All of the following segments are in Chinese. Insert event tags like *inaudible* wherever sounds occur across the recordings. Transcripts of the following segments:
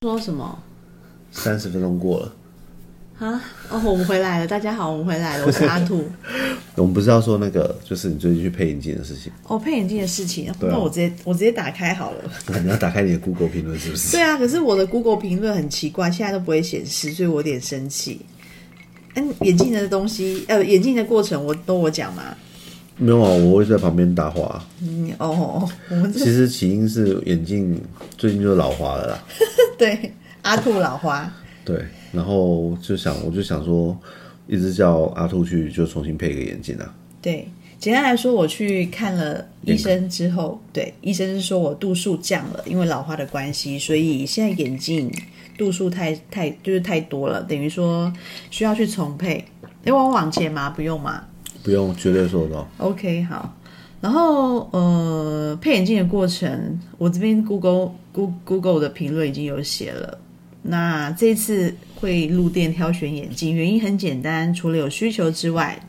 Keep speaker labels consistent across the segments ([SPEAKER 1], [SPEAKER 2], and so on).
[SPEAKER 1] 说什么
[SPEAKER 2] 三十分钟过了，
[SPEAKER 1] 啊？哦，我们回来了，大家好，我们回来 *laughs* 了。我是阿兔。
[SPEAKER 2] 我们不是要说那个，就是你最近去配眼镜的事情，
[SPEAKER 1] 哦，配眼镜的事情，
[SPEAKER 2] 啊
[SPEAKER 1] 那我直接我直接打开好了。
[SPEAKER 2] 你要打开你的 Google 评论是不是？ *laughs*
[SPEAKER 1] 对啊，可是我的 Google 评论很奇怪，现在都不会显示，所以我有点生气。嗯，眼镜的东西，呃，眼镜的过程我都我讲嘛。
[SPEAKER 2] 没有啊，我会在旁边搭话。啊
[SPEAKER 1] 嗯，哦哦，我们
[SPEAKER 2] 其
[SPEAKER 1] 这
[SPEAKER 2] 实起因是眼镜最近就老花了啦，
[SPEAKER 1] 对阿兔老花，
[SPEAKER 2] 对，然后就想我就想说，一直叫阿兔去就重新配一个眼镜啊，
[SPEAKER 1] 对，简单来说，我去看了医生之后，对，医生是说我度数降了，因为老花的关系，所以现在眼镜度数太太就是太多了，等于说需要去重配。哎，我往前吗？不用吗
[SPEAKER 2] 不用绝对收得到。
[SPEAKER 1] ？OK，好。然后呃，配眼镜的过程，我这边 Google Google Google 的评论已经有写了。那这一次会入店挑选眼镜，原因很简单，除了有需求之外，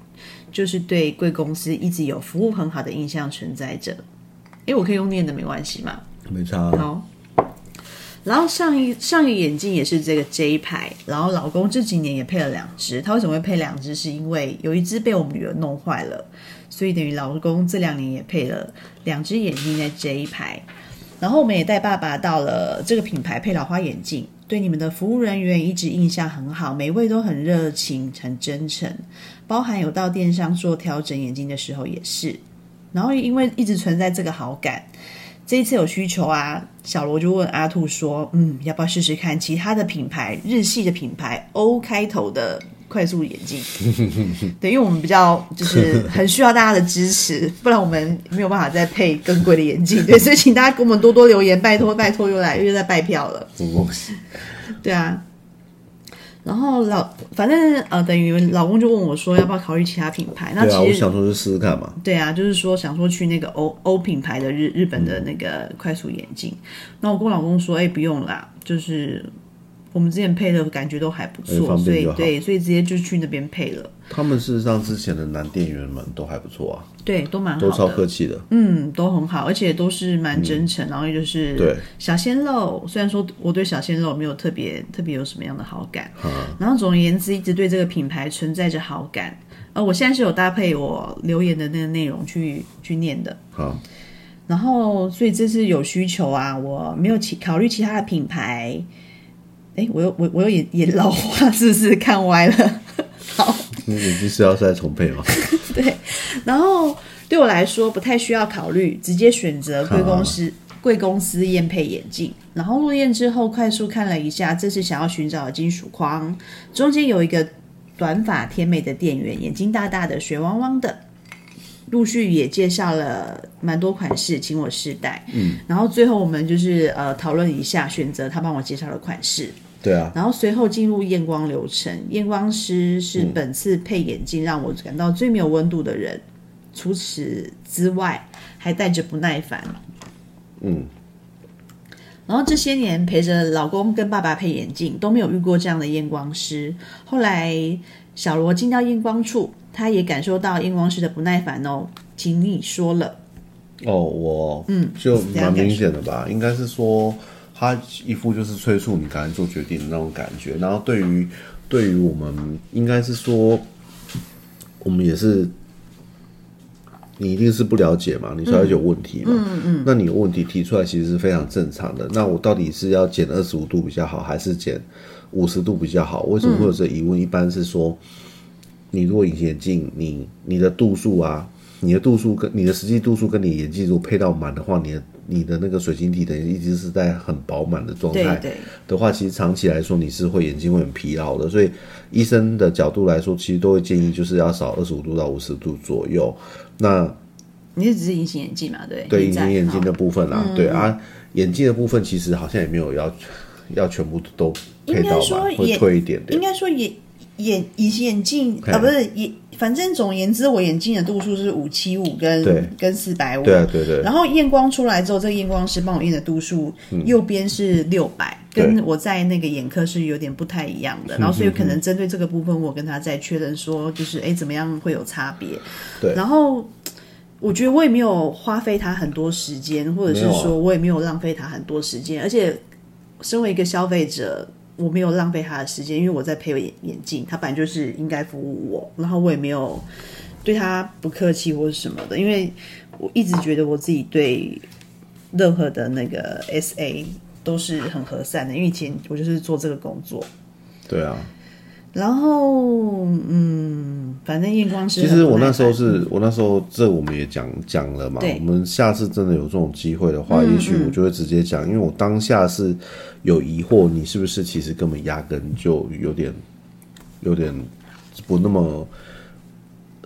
[SPEAKER 1] 就是对贵公司一直有服务很好的印象存在着。诶，我可以用念的没关系嘛？
[SPEAKER 2] 没差、啊，
[SPEAKER 1] 好。然后上一上一个眼镜也是这个 J 牌，然后老公这几年也配了两只。他为什么会配两只？是因为有一只被我们女儿弄坏了，所以等于老公这两年也配了两只眼镜在 J 牌。然后我们也带爸爸到了这个品牌配老花眼镜，对你们的服务人员一直印象很好，每一位都很热情、很真诚，包含有到电商做调整眼镜的时候也是。然后因为一直存在这个好感，这一次有需求啊，小罗就问阿兔说：“嗯，要不要试试看其他的品牌，日系的品牌 O 开头的快速眼
[SPEAKER 2] *laughs*
[SPEAKER 1] 镜？”对，因为我们比较就是很需要大家的支持，不然我们没有办法再配更贵的眼
[SPEAKER 2] *laughs*
[SPEAKER 1] 镜。对，所以请大家给我们多多留言，拜托拜托，又来又在拜票
[SPEAKER 2] *laughs*
[SPEAKER 1] 了。
[SPEAKER 2] 什么东西？
[SPEAKER 1] 对啊。然后老，反正呃，等于老公就问我说，要不要考虑其他品牌？那
[SPEAKER 2] 对啊，我
[SPEAKER 1] 其实
[SPEAKER 2] 想说就试试看嘛。
[SPEAKER 1] 对啊，就是说想说去那个欧欧品牌的日日本的那个快速眼镜，那我跟我老公说，哎、不用啦，就是我们之前配的感觉都还不
[SPEAKER 2] 哎
[SPEAKER 1] 错，
[SPEAKER 2] 方
[SPEAKER 1] 所
[SPEAKER 2] 便
[SPEAKER 1] 以
[SPEAKER 2] 就好
[SPEAKER 1] 对，所以直接就去那边配了，
[SPEAKER 2] 他们事实上之前的男店员们都还不错啊，
[SPEAKER 1] 对，都蛮
[SPEAKER 2] 都
[SPEAKER 1] 好
[SPEAKER 2] 超客
[SPEAKER 1] 的，
[SPEAKER 2] 气的。
[SPEAKER 1] 嗯，都很好，而且都是蛮真诚，然后就是
[SPEAKER 2] 嗯对
[SPEAKER 1] 小鲜肉，虽然说我对小鲜肉没有特别特别有什么样的好感，
[SPEAKER 2] 啊
[SPEAKER 1] 然后总而言之，一直对这个品牌存在着好感。呃，我现在是有搭配我留言的那个内容去去念的。
[SPEAKER 2] 好，
[SPEAKER 1] 然后，所以这次有需求啊，我没有其考虑其他的品牌。哎，我又我我又眼眼老花，是不是看歪了？好，
[SPEAKER 2] 你眼镜是要再重配吗？
[SPEAKER 1] *laughs* 然后对我来说不太需要考虑，直接选择贵公司贵公司验配眼镜。然后入验之后，快速看了一下，这次想要寻找的金属框，中间有一个短发甜美的店员，眼睛大大的，水汪汪的。陆续也介绍了蛮多款式，请我试戴。嗯，然后最后我们就是呃讨论一下，选择他帮我介绍的款式。
[SPEAKER 2] *laughs* 对啊，
[SPEAKER 1] 然后随后进入验光流程，验光师是
[SPEAKER 2] 嗯
[SPEAKER 1] 本次配眼镜让我感到最没有温度的人，除此之外还带着不耐烦。
[SPEAKER 2] 嗯，
[SPEAKER 1] 然后这些年陪着老公跟爸爸配眼镜，都没有遇过这样的验光师。后来小罗进到验光处，他也感受到验光师的不耐烦哦，请你说了。
[SPEAKER 2] 哦，我嗯，就
[SPEAKER 1] 这样感
[SPEAKER 2] 蛮
[SPEAKER 1] 觉
[SPEAKER 2] 明显的吧，应该是说他一副就是催促你赶紧做决定的那种感觉。然后对于对于我们，应该是说我们也是，你一定是不了解嘛，你才会有问题嘛。嗯嗯。那你有问题提出来其实是非常正常的。那我到底是要减二十五度比较好，还是减五十度比较好？为什
[SPEAKER 1] 嗯
[SPEAKER 2] 么会有这疑问？一般是说，你如果隐形眼镜，你你的度数啊，你的度数跟你的实际度数跟你眼镜如果配到满的话，你的你的那个水晶体等于一直是在很饱满的状
[SPEAKER 1] 对
[SPEAKER 2] 态。
[SPEAKER 1] 对，
[SPEAKER 2] 的话，其实长期来说你是会眼睛会很疲劳的，所以医生的角度来说，其实都会建议就是要少二十五度到五十度左右。那
[SPEAKER 1] 你是只是隐形眼镜嘛？对，
[SPEAKER 2] 对隐
[SPEAKER 1] 现在哦
[SPEAKER 2] 形眼镜
[SPEAKER 1] 好嗯
[SPEAKER 2] 的部分啦，对啊，眼镜的部分其实好像也没有要要全部都配
[SPEAKER 1] 应该
[SPEAKER 2] 到
[SPEAKER 1] 说
[SPEAKER 2] 吧，会
[SPEAKER 1] 眼
[SPEAKER 2] 退一点
[SPEAKER 1] 应
[SPEAKER 2] 点。
[SPEAKER 1] 该说眼眼隐形眼镜
[SPEAKER 2] 嘿
[SPEAKER 1] 啊，不是眼，反正总而言之，我眼镜的度数是五七五
[SPEAKER 2] 对
[SPEAKER 1] 跟跟四百五。
[SPEAKER 2] 对啊，对对
[SPEAKER 1] 然后验光出来之后，这个验光师帮我验的度数，右边是六百，
[SPEAKER 2] 嗯对
[SPEAKER 1] 跟我在那个眼科是有点不太一样的。然后所以可能针对这个部分，我跟他在确认说，就是哎怎么样会有差别。
[SPEAKER 2] 对
[SPEAKER 1] 然后。我觉得我也没有花费他很多时间，或者是
[SPEAKER 2] 没有啊
[SPEAKER 1] 说我也没有浪费他很多时间，而且身为一个消费者，我没有浪费他的时间，因为我在配眼眼镜，他本来就是应该服务我，然后我也没有对他不客气或是什么的，因为我一直觉得我自己对任何的那个 SA 都是很和善的，因为以前我就是做这个工作，
[SPEAKER 2] 对啊，
[SPEAKER 1] 然后嗯，反正验光师
[SPEAKER 2] 其
[SPEAKER 1] 很
[SPEAKER 2] 实
[SPEAKER 1] 不
[SPEAKER 2] 我
[SPEAKER 1] 耐
[SPEAKER 2] 那时候
[SPEAKER 1] 烦嗯
[SPEAKER 2] 是我那时候这我们也讲讲了嘛，
[SPEAKER 1] 对嗯
[SPEAKER 2] 我们下次真的有这种机会的话，也许我就会直接讲，因为我当下是有疑惑，你是不是其实根本压根就有点有点不那么。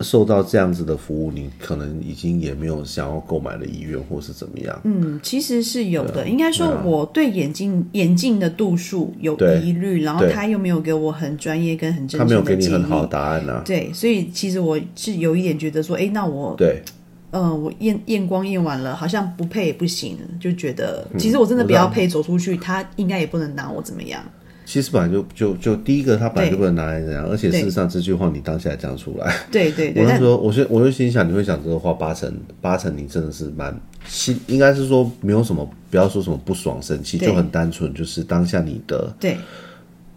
[SPEAKER 2] 受到这样子的服务，你可能已经也没有想要购买的意愿，或是怎么样。
[SPEAKER 1] 嗯，其实是有
[SPEAKER 2] 啊
[SPEAKER 1] 的。应该说，我对眼镜、眼镜的度数有
[SPEAKER 2] 对
[SPEAKER 1] 疑虑，然后
[SPEAKER 2] 对
[SPEAKER 1] 他又没有给我很专业跟很
[SPEAKER 2] 他
[SPEAKER 1] 真
[SPEAKER 2] 没有
[SPEAKER 1] 诚
[SPEAKER 2] 给
[SPEAKER 1] 的
[SPEAKER 2] 你
[SPEAKER 1] 建
[SPEAKER 2] 很
[SPEAKER 1] 议。
[SPEAKER 2] 好的答案呐、啊。
[SPEAKER 1] 对，所以其实我是有一点觉得说，哎，那我，
[SPEAKER 2] 对，
[SPEAKER 1] 呃，我验验光验完了，好像不配也不行，就觉得其实我真的
[SPEAKER 2] 嗯我
[SPEAKER 1] 不
[SPEAKER 2] 知道
[SPEAKER 1] 要配，走出去，他应该也不能拿我怎么样。
[SPEAKER 2] 其实本来就就就第一个，他本来就
[SPEAKER 1] 对
[SPEAKER 2] 不能拿来怎样，而且事
[SPEAKER 1] 对
[SPEAKER 2] 实上这句话你当下也讲出来，
[SPEAKER 1] 对对对，
[SPEAKER 2] 我那
[SPEAKER 1] 但
[SPEAKER 2] 时候，我是我就心想，你会讲这个话，八成八成你真的是蛮心，应该是说没有什么，不要说什么不爽、生气，
[SPEAKER 1] 对
[SPEAKER 2] 就很单纯，就是当下你的
[SPEAKER 1] 对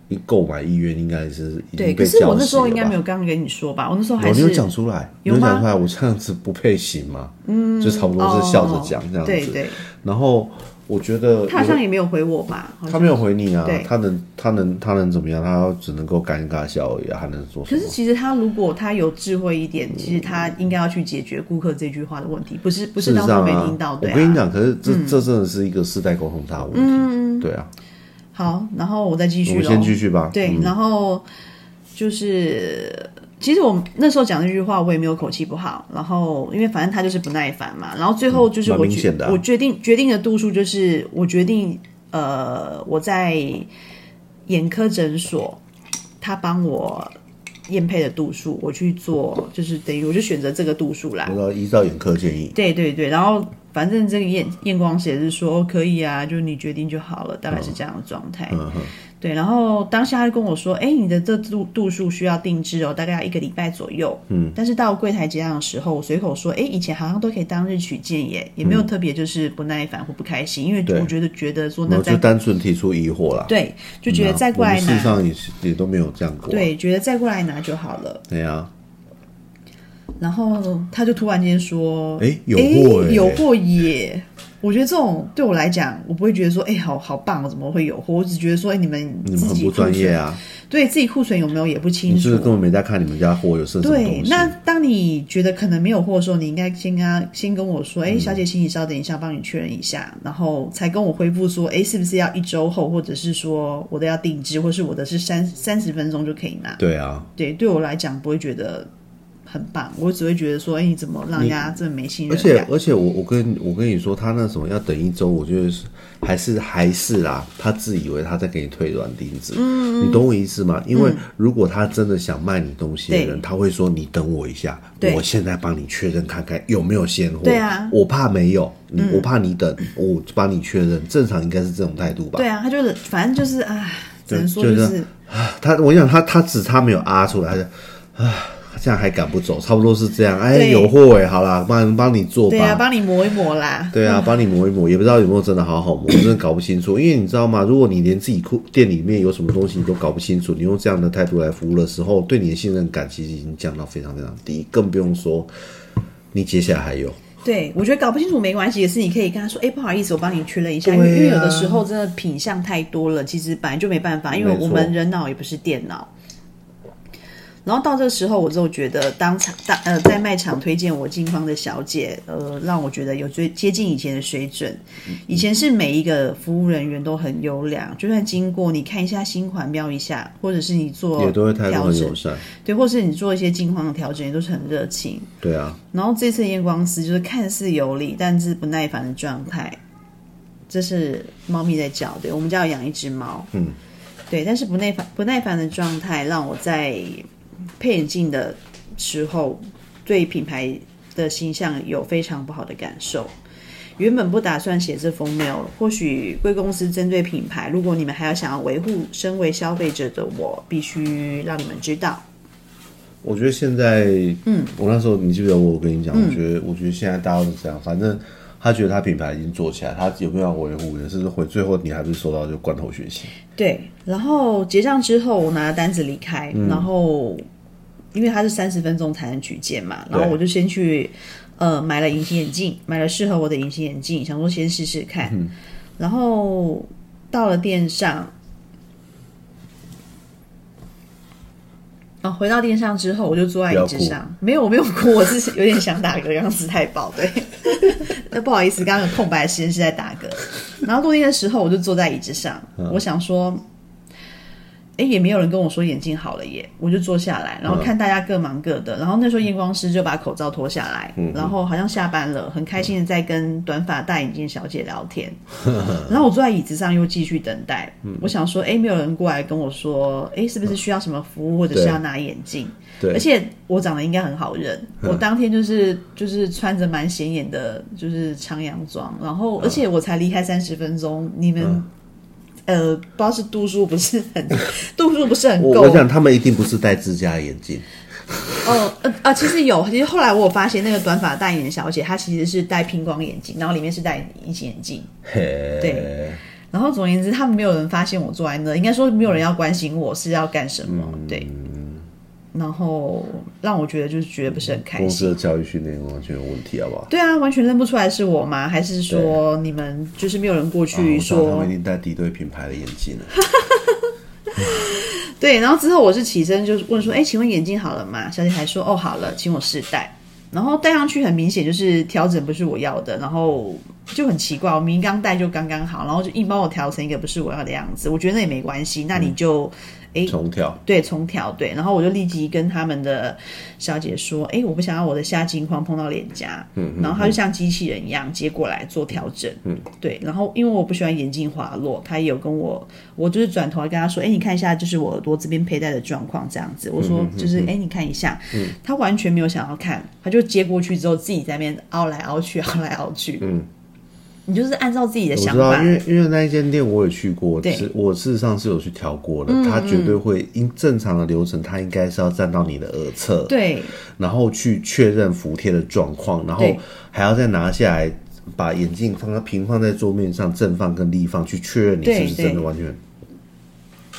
[SPEAKER 2] 你购买意愿应该是已
[SPEAKER 1] 对，
[SPEAKER 2] 经
[SPEAKER 1] 可
[SPEAKER 2] 被
[SPEAKER 1] 是我
[SPEAKER 2] 叫
[SPEAKER 1] 那时
[SPEAKER 2] 醒
[SPEAKER 1] 候
[SPEAKER 2] 了
[SPEAKER 1] 应该没
[SPEAKER 2] 吧。
[SPEAKER 1] 有刚刚跟你说吧，我那时候还
[SPEAKER 2] 有你
[SPEAKER 1] 是
[SPEAKER 2] 有讲出来，你
[SPEAKER 1] 有
[SPEAKER 2] 有
[SPEAKER 1] 吗
[SPEAKER 2] 讲出来，我这样子不配型嘛？嗯，就差不多是笑着讲这样
[SPEAKER 1] 哦
[SPEAKER 2] 子。
[SPEAKER 1] 对对，
[SPEAKER 2] 然后我觉得
[SPEAKER 1] 他好像也没有回我吧？好
[SPEAKER 2] 他
[SPEAKER 1] 像
[SPEAKER 2] 没有回你啊
[SPEAKER 1] 对，
[SPEAKER 2] 他能他能他能怎么样？他只能够尴尬笑而已、啊，还能做什
[SPEAKER 1] 可
[SPEAKER 2] 么
[SPEAKER 1] 是？其实他如果他有智慧一点，其实他应该要去解决顾客这句话的问题，不是不是
[SPEAKER 2] 事实
[SPEAKER 1] 当
[SPEAKER 2] 上
[SPEAKER 1] 做没
[SPEAKER 2] 啊
[SPEAKER 1] 听到，
[SPEAKER 2] 我
[SPEAKER 1] 对
[SPEAKER 2] 跟你
[SPEAKER 1] 啊。
[SPEAKER 2] 讲，可是这、这真的是一个世代沟通大的问题，对啊，
[SPEAKER 1] 好，然后我再继
[SPEAKER 2] 我
[SPEAKER 1] 续
[SPEAKER 2] 们
[SPEAKER 1] 喽
[SPEAKER 2] 先。继续嗯吧。
[SPEAKER 1] 对，然后就是其实我那时候讲那句话，我也没有口气不好。然后因为反正他就是不耐烦嘛，然后最后就是
[SPEAKER 2] 嗯蛮
[SPEAKER 1] 我
[SPEAKER 2] 明
[SPEAKER 1] 决、
[SPEAKER 2] 显的啊
[SPEAKER 1] 我决定决定的度数就是我决定呃我在眼科诊所，他帮我验配的度数，我去做就是等于我就选择这个度数啦。
[SPEAKER 2] 我要依照眼科建议，
[SPEAKER 1] 对对对，然后反正这个验验光师也是说、哦、可以啊，就是你决定就好了，大概是这样的状态。
[SPEAKER 2] 嗯哼，
[SPEAKER 1] 对，然后当下他就跟我说，哎，你的这度度数需要定制哦，大概要一个礼拜左右。嗯，但是到柜台结账的时候，我随口说，哎，以前好像都可以当日取件耶，
[SPEAKER 2] 嗯
[SPEAKER 1] 也没有特别就是不耐烦或不开心，因为我觉得觉得说
[SPEAKER 2] 然
[SPEAKER 1] 哦那
[SPEAKER 2] 后就
[SPEAKER 1] 再
[SPEAKER 2] 单纯提出疑惑啦。
[SPEAKER 1] 对，就觉得
[SPEAKER 2] 啊
[SPEAKER 1] 再过
[SPEAKER 2] 我
[SPEAKER 1] 来
[SPEAKER 2] 们事实
[SPEAKER 1] 拿，
[SPEAKER 2] 上也是也都没有这样过啊。
[SPEAKER 1] 对，觉得再过来拿就好了。
[SPEAKER 2] 对啊，
[SPEAKER 1] 然后他就突然间说：“
[SPEAKER 2] 诶有货
[SPEAKER 1] 诶
[SPEAKER 2] 耶
[SPEAKER 1] 有货耶！”我觉得这种对我来讲，我不会觉得说：“哎、好好棒，怎么会有货？”我只觉得说：“哎、你们
[SPEAKER 2] 你们
[SPEAKER 1] 自
[SPEAKER 2] 很
[SPEAKER 1] 己
[SPEAKER 2] 不
[SPEAKER 1] 库存
[SPEAKER 2] 专业，啊，
[SPEAKER 1] 对自己库存有没有也不清
[SPEAKER 2] 你
[SPEAKER 1] 楚。
[SPEAKER 2] 是不是根本没在看你们家货有剩什么
[SPEAKER 1] 对
[SPEAKER 2] 东，西？
[SPEAKER 1] 那当你觉得可能没有货的时候，你应该先跟他先跟我说：“哎、
[SPEAKER 2] 嗯
[SPEAKER 1] 小姐，请你稍等一下，帮你确认一下。”然后才跟我回复说：“哎、是不是要一周后，或者是说我的要定制，或是我的是三三十分钟就可以拿？”
[SPEAKER 2] 对啊，
[SPEAKER 1] 对，对我来讲不会觉得很棒，我只会觉得说，哎、你怎么让人家这么没信
[SPEAKER 2] 而
[SPEAKER 1] 任
[SPEAKER 2] 且
[SPEAKER 1] 感？
[SPEAKER 2] 而且我我跟我跟你说，他那什么要等一周，我觉得是还是还是啦，他自以为他在给你推软钉子，嗯，你懂我意思吗？因为如果他真的想卖你东西的人，
[SPEAKER 1] 对
[SPEAKER 2] 他会说你等我一下，
[SPEAKER 1] 对
[SPEAKER 2] 我现在帮你确认看看有没有现货，
[SPEAKER 1] 对啊嗯
[SPEAKER 2] 我怕没有，你我怕你等，我帮你确认，正常应该是这种态度吧？
[SPEAKER 1] 对啊，他就是反正就是啊，只能说
[SPEAKER 2] 就
[SPEAKER 1] 就是是
[SPEAKER 2] 啊他我想他他只差没有啊出来，他就啊这样还赶不走，差不多是这样，哎，
[SPEAKER 1] 对
[SPEAKER 2] 有货哎，好啦，帮帮你做吧，
[SPEAKER 1] 对啊，帮你磨一磨啦。
[SPEAKER 2] 对啊，帮你磨一磨，也不知道有没有真的好好磨，我真的搞不清楚。因为你知道吗？如果你连自己库店里面有什么东西你都搞不清楚，你用这样的态度来服务的时候，对你的信任感其实已经降到非常非常低，更不用说你接下来还有。
[SPEAKER 1] 对，我觉得搞不清楚没关系，也是你可以跟他说，哎、不好意思，我帮你确认一下，
[SPEAKER 2] 对啊
[SPEAKER 1] 因为因为有的时候真的品相太多了，其实本来就没办法，因为
[SPEAKER 2] 没错
[SPEAKER 1] 我们人脑也不是电脑。然后到这时候，我就觉得当场当呃在卖场推荐我金方的小姐，呃，让我觉得有最接近以前的水准。
[SPEAKER 2] 嗯
[SPEAKER 1] 以前是每一个服务人员都很优良，就算经过你看一下新款，瞄一下，或者是你做
[SPEAKER 2] 也都会态度
[SPEAKER 1] 调
[SPEAKER 2] 很
[SPEAKER 1] 整
[SPEAKER 2] 友，善，
[SPEAKER 1] 对，或是你做一些金黄的调整，也都是很热情。
[SPEAKER 2] 对啊，
[SPEAKER 1] 然后这次的验光师就是看似有理，但是不耐烦的状态。这是猫咪在叫，对我们家有养一只猫，嗯，对，但是不耐烦不耐烦的状态，让我在配眼镜的时候，对品牌的形象有非常不好的感受。原本不打算写这封 mail，或许贵公司针对品牌，如果你们还要想要维护身为消费者的我，必须让你们知道。
[SPEAKER 2] 我觉得现在，嗯，我那时候你记不记得我跟你讲？我觉得，我觉得现在大家都这样，反正他觉得他品牌已经做起来，他有没有要维护？但是回最后你还是收到就罐头讯息。
[SPEAKER 1] 对，然后结账之后，我拿了单子离开，然后因为它是三十分钟才能取件嘛，然后我就先去呃买了隐形眼镜，买了适合我的隐形眼镜，想说先试试看，然后到了店上。然后哦回到店上之后，我就坐在椅子
[SPEAKER 2] 不要哭
[SPEAKER 1] 上。没有，我没有哭，我是有点想打嗝， *laughs* 刚刚吃太饱，对。那不好意思，刚刚有空白的时间是在打嗝。然后录音的时候，我就坐在椅子上，
[SPEAKER 2] 嗯
[SPEAKER 1] 我想说，哎，也没有人跟我说眼镜好了耶，我就坐下来，
[SPEAKER 2] 嗯
[SPEAKER 1] 然后看大家各忙各的。然后那时候验光师就把口罩脱下来，
[SPEAKER 2] 嗯
[SPEAKER 1] 然后好像下班了，很开心的在跟短发大眼镜小姐聊天。然后我坐在椅子上又继续等待，
[SPEAKER 2] 嗯
[SPEAKER 1] 我想说，哎，没有人过来跟我说，哎，是不是需要什么服务，或者是
[SPEAKER 2] 对
[SPEAKER 1] 要拿眼镜？
[SPEAKER 2] 对嗯
[SPEAKER 1] 而且我长得应该很好认，我当天就是就是穿着蛮显眼的，就是长洋装，然后
[SPEAKER 2] 嗯
[SPEAKER 1] 而且我才离开三十分钟，你们、呃不知道是度数不是很度数不是很
[SPEAKER 2] 我
[SPEAKER 1] 够
[SPEAKER 2] 我想他们一定不是戴自家眼镜，
[SPEAKER 1] 哦呃啊，其实有，其实后来我有发现那个短发戴眼小姐，她其实是戴偏光眼镜，然后里面是戴隐形眼镜，
[SPEAKER 2] 对，
[SPEAKER 1] 然后总而言之，他们没有人发现我坐在那，应该说没有人要关心我是要干什么，
[SPEAKER 2] 嗯
[SPEAKER 1] 对。然后让我觉得就是觉得不是很开
[SPEAKER 2] 公
[SPEAKER 1] 心
[SPEAKER 2] 司。的教育训练完全有问题，好不好？
[SPEAKER 1] 对啊，完全认不出来是我吗？还是说你们就是没有人过去
[SPEAKER 2] 啊哦我想他
[SPEAKER 1] 说？
[SPEAKER 2] 们一定戴敌对品牌的眼镜了。
[SPEAKER 1] 对，然后之后我是起身就问说：“哎，请问眼镜好了吗？”小姐还说：“哦，好了，请我试戴。”然后戴上去很明显就是调整不是我要的，然后就很奇怪，我明明刚戴就刚刚好，然后就硬帮我调成一个不是我要的样子。我觉得那也没关系，那
[SPEAKER 2] 嗯
[SPEAKER 1] 你就。
[SPEAKER 2] 重调，
[SPEAKER 1] 对，重调对，然后我就立即跟他们的小姐说，哎，我不想要我的下镜框碰到脸颊，嗯，然后她就像机器人一样接过来做调整，嗯，对，然后因为我不喜欢眼镜滑落，她也有跟我，我就是转头跟她说，哎，你看一下，就是我耳朵这边佩戴的状况这样子，我说就是，哎、你看一下，嗯，她完全没有想要看，她就接过去之后自己在那边凹来凹去，凹来凹去，嗯，你就是按照自己的
[SPEAKER 2] 我
[SPEAKER 1] 想
[SPEAKER 2] 知道，
[SPEAKER 1] 法
[SPEAKER 2] 因，为因为那一间店我也去过，是我事实上是有去调过
[SPEAKER 1] 嗯
[SPEAKER 2] 的，它绝对会因正常的流程，它应该是要站到你的耳侧，
[SPEAKER 1] 对，
[SPEAKER 2] 然后去确认服帖的状况，然后
[SPEAKER 1] 对
[SPEAKER 2] 还要再拿下来把眼镜放它平放在桌面上，正放跟立放去确认你是不是
[SPEAKER 1] 对对
[SPEAKER 2] 真的完全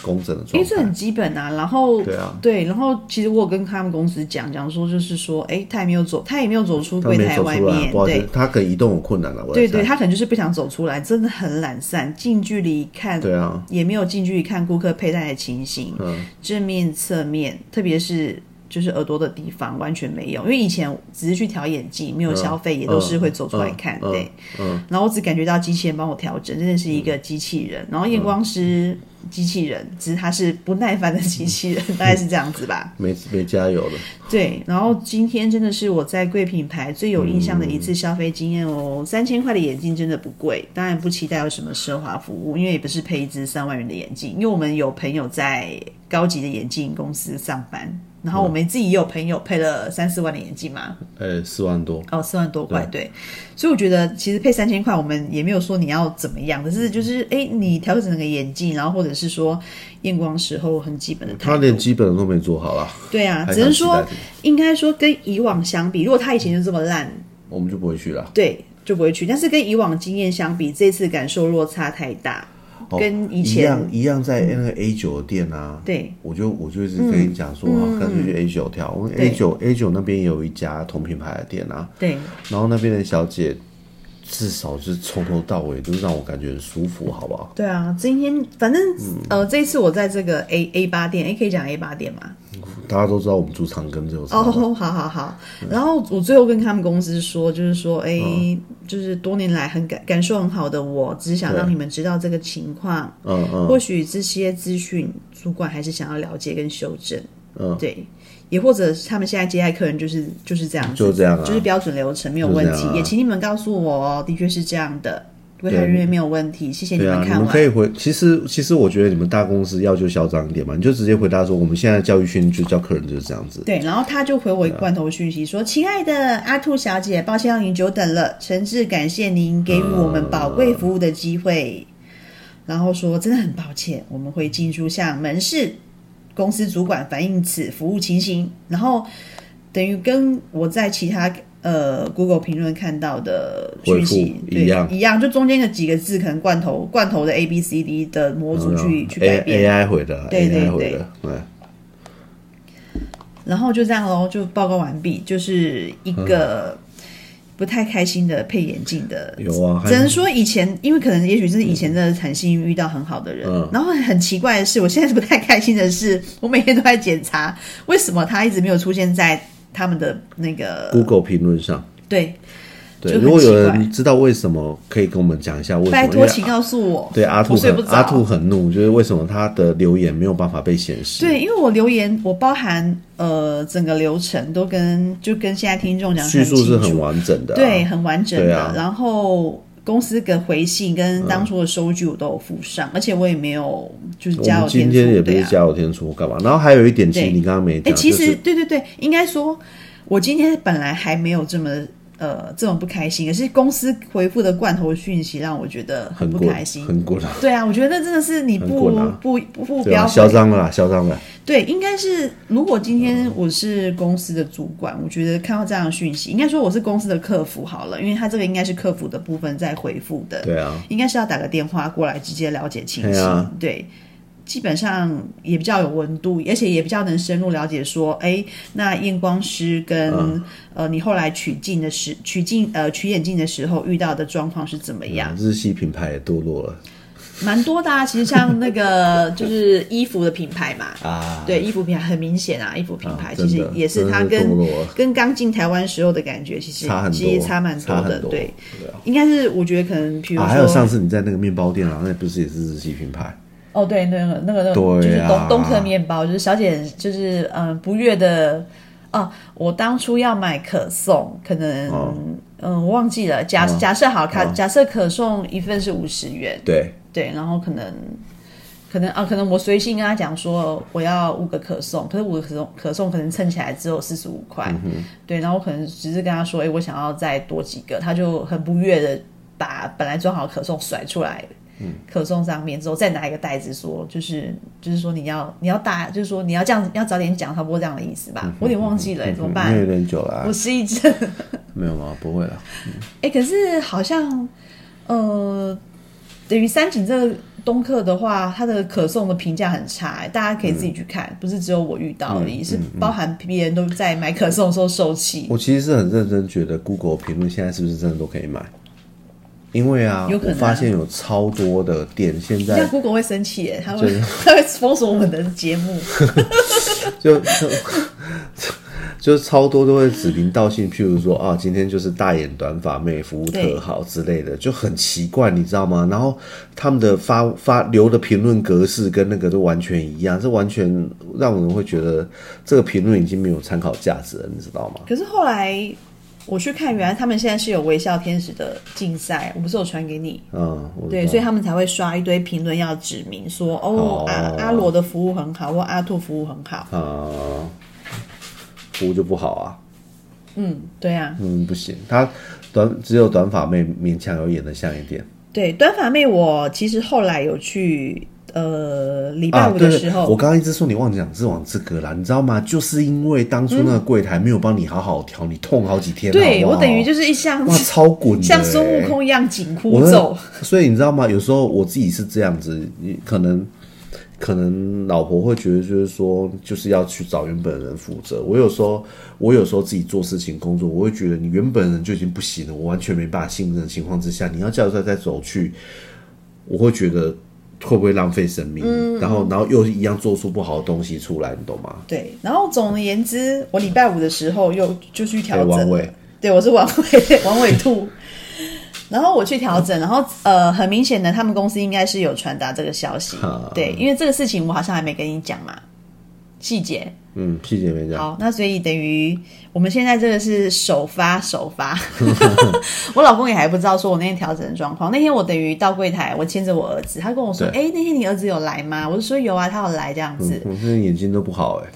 [SPEAKER 2] 工整的
[SPEAKER 1] 因
[SPEAKER 2] 状
[SPEAKER 1] 为这很
[SPEAKER 2] 态。
[SPEAKER 1] 基本啊，然后
[SPEAKER 2] 对啊
[SPEAKER 1] 然后其实我有跟他们公司讲讲说，就是说，哎，他也没有走，他也没有走出
[SPEAKER 2] 他
[SPEAKER 1] 柜
[SPEAKER 2] 没
[SPEAKER 1] 台
[SPEAKER 2] 走
[SPEAKER 1] 外
[SPEAKER 2] 出来，啊
[SPEAKER 1] 面，
[SPEAKER 2] 不好意思
[SPEAKER 1] 对，
[SPEAKER 2] 他可能移动有困难了。啊我在
[SPEAKER 1] 对对，
[SPEAKER 2] 猜
[SPEAKER 1] 他可能就是不想走出来，真的很懒散，近距离看，
[SPEAKER 2] 对啊，
[SPEAKER 1] 也没有近距离看顾客佩戴的情形，
[SPEAKER 2] 嗯
[SPEAKER 1] 正面、侧面，特别是。就是耳朵的地方完全没有，因为以前只是去调眼镜，没有消费，也都是会走出来看，
[SPEAKER 2] 嗯嗯
[SPEAKER 1] 对。
[SPEAKER 2] 嗯，
[SPEAKER 1] 然后我只感觉到机器人帮我调整，真的是一个机器人。然后验光师机器人，只是他是不耐烦的机器
[SPEAKER 2] 嗯
[SPEAKER 1] 人， *laughs* 大概是这样子吧。
[SPEAKER 2] 没没加油了。
[SPEAKER 1] 对，然后今天真的是我在贵品牌最有印象的一次消费经验
[SPEAKER 2] 嗯
[SPEAKER 1] 哦。三千块的眼镜真的不贵，当然不期待有什么奢华服务，因为也不是配一只三万元的眼镜。因为我们有朋友在高级的眼镜公司上班，然
[SPEAKER 2] 嗯
[SPEAKER 1] 后我们自己也有朋友配了三四万的眼镜嘛，
[SPEAKER 2] 呃，四万多，
[SPEAKER 1] 哦，四万多块，对。所以我觉得其实配三千块，我们也没有说你要怎么样，可是就是哎，你调整整个眼镜，然后或者是说验光时候很基本的态
[SPEAKER 2] 嗯他
[SPEAKER 1] 度。
[SPEAKER 2] 连基本的都没做好啦。
[SPEAKER 1] 对啊，
[SPEAKER 2] 还
[SPEAKER 1] 只是
[SPEAKER 2] 想期待
[SPEAKER 1] 说
[SPEAKER 2] 什么
[SPEAKER 1] 应该说跟以往相比，如果他以前就这么烂，
[SPEAKER 2] 我们就不会去了。
[SPEAKER 1] 对，就不会去。但是跟以往经验相比，这次感受落差太大，
[SPEAKER 2] 哦
[SPEAKER 1] 跟以
[SPEAKER 2] 一
[SPEAKER 1] 前嗯
[SPEAKER 2] 样一样在那个 A 九的店啊，
[SPEAKER 1] 对
[SPEAKER 2] 我就我就一直
[SPEAKER 1] 嗯
[SPEAKER 2] 跟你讲说，啊干脆去 A 九跳。我 A 九 A 九那边也有一家同品牌的店啊，
[SPEAKER 1] 对
[SPEAKER 2] 然后那边的小姐至少是从头到尾都让我感觉很舒服，好不好？
[SPEAKER 1] 对啊。今天反正、呃，这一次我在这个 A A 八店，哎，可以讲 A 八店吗？
[SPEAKER 2] 大家都知道我们住长庚这种
[SPEAKER 1] 哦，好好好。然后我最后跟他们公司说，就是说，哎、就是多年来很感感受很好的我，只是想让你们知道这个情况。
[SPEAKER 2] 嗯嗯
[SPEAKER 1] 或许这些资讯，主管还是想要了解跟修正。
[SPEAKER 2] 嗯，
[SPEAKER 1] 对，也或者是他们现在接待客人就是就是这样子，
[SPEAKER 2] 就这样啊
[SPEAKER 1] 就是标准流程没有问
[SPEAKER 2] 就这
[SPEAKER 1] 题。
[SPEAKER 2] 样啊
[SPEAKER 1] 也请你们告诉我哦，的确是这样的，柜台人员没有问题，谢谢你
[SPEAKER 2] 对啊，
[SPEAKER 1] 们
[SPEAKER 2] 你
[SPEAKER 1] 看
[SPEAKER 2] 们
[SPEAKER 1] 完。
[SPEAKER 2] 可以回。其实其实我觉得你们大公司要就嚣张一点嘛，你就直接回答说，我们现在教育训练就叫客人就是这样子。
[SPEAKER 1] 对，然后他就回我一罐头讯息说：“亲爱的阿兔小姐，抱歉让您久等了，诚挚感谢您给予我们宝贵服务的机会。然后说：“真的很抱歉，我们会进驻向门市公司主管反映此服务情形。”然后等于跟我在其他呃 Google 评论看到的
[SPEAKER 2] 回
[SPEAKER 1] 讯息
[SPEAKER 2] 复
[SPEAKER 1] 对
[SPEAKER 2] 一样
[SPEAKER 1] 一样，就中间的几个字可能罐头罐头的 A B C D 的模
[SPEAKER 2] 嗯
[SPEAKER 1] 组去、去改
[SPEAKER 2] A
[SPEAKER 1] 变
[SPEAKER 2] A 啊 I 回的
[SPEAKER 1] 对对
[SPEAKER 2] a I 回
[SPEAKER 1] 对
[SPEAKER 2] 的，对，
[SPEAKER 1] 然后就这样喽，就报告完毕，就是一个不太开心的配眼镜的。
[SPEAKER 2] 嗯有啊，还
[SPEAKER 1] 只能说以前，因为可能也许是以前真的很幸运遇到很好的人，
[SPEAKER 2] 嗯
[SPEAKER 1] 然后很奇怪的是，我现在不太开心的是， *laughs* 我每天都在检查为什么他一直没有出现在他们的那个
[SPEAKER 2] Google 评论上。
[SPEAKER 1] 对，
[SPEAKER 2] 对，
[SPEAKER 1] 就很
[SPEAKER 2] 如果有
[SPEAKER 1] 奇怪
[SPEAKER 2] 人知道为什么，可以跟我们讲一下为什么。
[SPEAKER 1] 拜
[SPEAKER 2] 因
[SPEAKER 1] 托
[SPEAKER 2] 为
[SPEAKER 1] 请告诉我，
[SPEAKER 2] 对阿兔
[SPEAKER 1] 我睡
[SPEAKER 2] 很
[SPEAKER 1] 不着，
[SPEAKER 2] 阿兔很怒，就是为什么他的留言没有办法被显示？
[SPEAKER 1] 对，因为我留言，我包含呃整个流程都跟就跟现在听众讲
[SPEAKER 2] 叙
[SPEAKER 1] 清
[SPEAKER 2] 述
[SPEAKER 1] 楚，
[SPEAKER 2] 是很完整的、啊。
[SPEAKER 1] 对，，很完整
[SPEAKER 2] 对
[SPEAKER 1] 的。
[SPEAKER 2] 啊
[SPEAKER 1] 然后公司的回信跟当初的收据我都有附上，而且我也没有就是
[SPEAKER 2] 嗯我
[SPEAKER 1] 加
[SPEAKER 2] 们
[SPEAKER 1] 有
[SPEAKER 2] 今
[SPEAKER 1] 添
[SPEAKER 2] 天也
[SPEAKER 1] 醋，
[SPEAKER 2] 不
[SPEAKER 1] 对
[SPEAKER 2] 是
[SPEAKER 1] 啊。
[SPEAKER 2] 加有天出干嘛？然后还有一点，其实
[SPEAKER 1] 对
[SPEAKER 2] 你刚刚没
[SPEAKER 1] 哎，
[SPEAKER 2] 讲，
[SPEAKER 1] 其实、
[SPEAKER 2] 就是
[SPEAKER 1] 对对对，应该说，我今天本来还没有这么呃这么不开心，可是公司回复的罐头讯息让我觉得
[SPEAKER 2] 很
[SPEAKER 1] 不
[SPEAKER 2] 过
[SPEAKER 1] 开心。
[SPEAKER 2] 很过了，
[SPEAKER 1] 对啊，我觉得那真的是你
[SPEAKER 2] 很
[SPEAKER 1] 不
[SPEAKER 2] 滚啊
[SPEAKER 1] 不不不
[SPEAKER 2] 对啊，
[SPEAKER 1] 标
[SPEAKER 2] 嚣张了啦，嚣张了。
[SPEAKER 1] 对，应该是如果今天我是公司的主管，我觉得看到这样的讯息，应该说我是公司的客服好了，因为他这个应该是客服的部分在回复的，
[SPEAKER 2] 对啊，
[SPEAKER 1] 应该是要打个电话过来直接了解情
[SPEAKER 2] 对
[SPEAKER 1] 形，
[SPEAKER 2] 啊
[SPEAKER 1] 对。基本上也比较有温度，而且也比较能深入了解说，哎，那验光师跟、
[SPEAKER 2] 啊
[SPEAKER 1] 呃你后来取镜的时取镜呃取眼镜的时候遇到的状况是怎么样？
[SPEAKER 2] 日系品牌也堕落了
[SPEAKER 1] 蛮多的啊，其实像那个 *laughs* 就是衣服的品牌嘛，
[SPEAKER 2] 啊。
[SPEAKER 1] 对，衣服品牌很明显啊，衣服品牌、
[SPEAKER 2] 啊
[SPEAKER 1] 其实
[SPEAKER 2] 真的
[SPEAKER 1] 也是
[SPEAKER 2] 真的
[SPEAKER 1] 它
[SPEAKER 2] 是
[SPEAKER 1] 跟
[SPEAKER 2] 堕落了
[SPEAKER 1] 跟刚进台湾时候的感觉，其实
[SPEAKER 2] 差很多
[SPEAKER 1] 其实差蛮
[SPEAKER 2] 差
[SPEAKER 1] 的，
[SPEAKER 2] 很多
[SPEAKER 1] 对，应该是我觉得可能，比如
[SPEAKER 2] 啊，
[SPEAKER 1] 说、
[SPEAKER 2] 还有上次你在那个面包店啊，那不是也是日系品牌？
[SPEAKER 1] 哦，对，那个那个那个、
[SPEAKER 2] 对
[SPEAKER 1] 就是东
[SPEAKER 2] 啊
[SPEAKER 1] 东特面包，就是小姐就是嗯、呃不悦的。哦，我当初要买可颂，可能、
[SPEAKER 2] 哦
[SPEAKER 1] 嗯我忘记了。假假设好，卡假设可颂一份是五十元，
[SPEAKER 2] 对，
[SPEAKER 1] 对，然后可能可能啊，可能我随性跟他讲说我要五个可颂，可是五个可颂可颂可能称起来只有四十五块，
[SPEAKER 2] 嗯
[SPEAKER 1] 对，然后我可能只是跟他说，哎、我想要再多几个，他就很不悦的把本来装好的可颂甩出来。
[SPEAKER 2] 嗯
[SPEAKER 1] 可颂上面之后，再拿一个袋子说，就是就是说你要你要大，就是说你要这样要早点讲，差不多这样的意思吧。
[SPEAKER 2] 嗯
[SPEAKER 1] 我有点忘记了、怎么
[SPEAKER 2] 因
[SPEAKER 1] 办
[SPEAKER 2] 为？有点久了、啊
[SPEAKER 1] 我，失忆症。
[SPEAKER 2] 没有吗？不会啊了。
[SPEAKER 1] 哎、可是好像，呃，等于三井这个东客的话，它的可颂的评价很差、诶大家可以
[SPEAKER 2] 嗯
[SPEAKER 1] 自己去看，不是只有我遇到而已，是包含别人都在买可颂的时候受气。
[SPEAKER 2] 我其实是很认真觉得 Google 评论现在是不是真的都可以买？因为啊，
[SPEAKER 1] 有可能啊
[SPEAKER 2] 我发现有超多的店现
[SPEAKER 1] 这
[SPEAKER 2] 在
[SPEAKER 1] 样 Google 会生气、诶他会他会封锁我们的节目。
[SPEAKER 2] 就就就超多都会指名道姓，譬如说啊，今天就是大眼短发妹服务特好之类的，就很奇怪，你知道吗？然后他们的发发留的评论格式跟那个都完全一样，这完全让人会觉得这个评论已经没有参考价值了，你知道吗？
[SPEAKER 1] 可是后来我去看，原来他们现在是有微笑天使的竞赛，我不是有传给你。
[SPEAKER 2] 嗯，我知
[SPEAKER 1] 对，
[SPEAKER 2] 道
[SPEAKER 1] 所以他们才会刷一堆评论，要指明说，哦
[SPEAKER 2] 哦，
[SPEAKER 1] 阿阿罗的服务很好，或阿兔服务很好。
[SPEAKER 2] 啊，服务就不好啊。
[SPEAKER 1] 嗯，对啊，
[SPEAKER 2] 嗯，不行，她短只有短发妹勉强有演得像一点。
[SPEAKER 1] 对，短发妹，我其实后来有去呃礼拜
[SPEAKER 2] 啊，
[SPEAKER 1] 五
[SPEAKER 2] 对
[SPEAKER 1] 的
[SPEAKER 2] 对，
[SPEAKER 1] 时候，
[SPEAKER 2] 我刚刚一直说你忘记讲是往这个啦，你知道吗？就是因为当初那个柜台没有帮你好好调，你痛好几天。
[SPEAKER 1] 对
[SPEAKER 2] 好不好
[SPEAKER 1] 我等于就是一像
[SPEAKER 2] 哇，超滚
[SPEAKER 1] *laughs*
[SPEAKER 2] 的、欸，
[SPEAKER 1] 像孙悟空一样紧箍
[SPEAKER 2] 我那
[SPEAKER 1] 咒，
[SPEAKER 2] *laughs* 所以你知道吗？有时候我自己是这样子，你可能可能老婆会觉得就是说，就是要去找原本人负责。我有时候我有时候自己做事情工作，我会觉得你原本人就已经不行了，我完全没办法信任的情况之下，你要叫他再走去，我会觉得。会不会浪费生命？
[SPEAKER 1] 嗯
[SPEAKER 2] 然后，然后又一样做出不好的东西出来，你懂吗？
[SPEAKER 1] 对。然后总而言之，我礼拜五的时候又就去调
[SPEAKER 2] 对，王
[SPEAKER 1] 整，
[SPEAKER 2] 伟，
[SPEAKER 1] 对，我是王伟， *laughs* 王伟兔。然后我去调整，然后呃，很明显的，他们公司应该是有传达这个消息
[SPEAKER 2] 啊，
[SPEAKER 1] 对，因为这个事情我好像还没跟你讲嘛，细节。
[SPEAKER 2] 嗯，细节没讲。
[SPEAKER 1] 好，那所以等于我们现在这个是首发首发， *laughs* 我老公也还不知道说我那天调整的状况。那天我等于到柜台，我牵着我儿子，他跟我说：“哎、
[SPEAKER 2] 对嗯
[SPEAKER 1] 那天你儿子有来吗？”我就说：“有啊，他有来这样子。
[SPEAKER 2] 我现在眼睛都不好哎、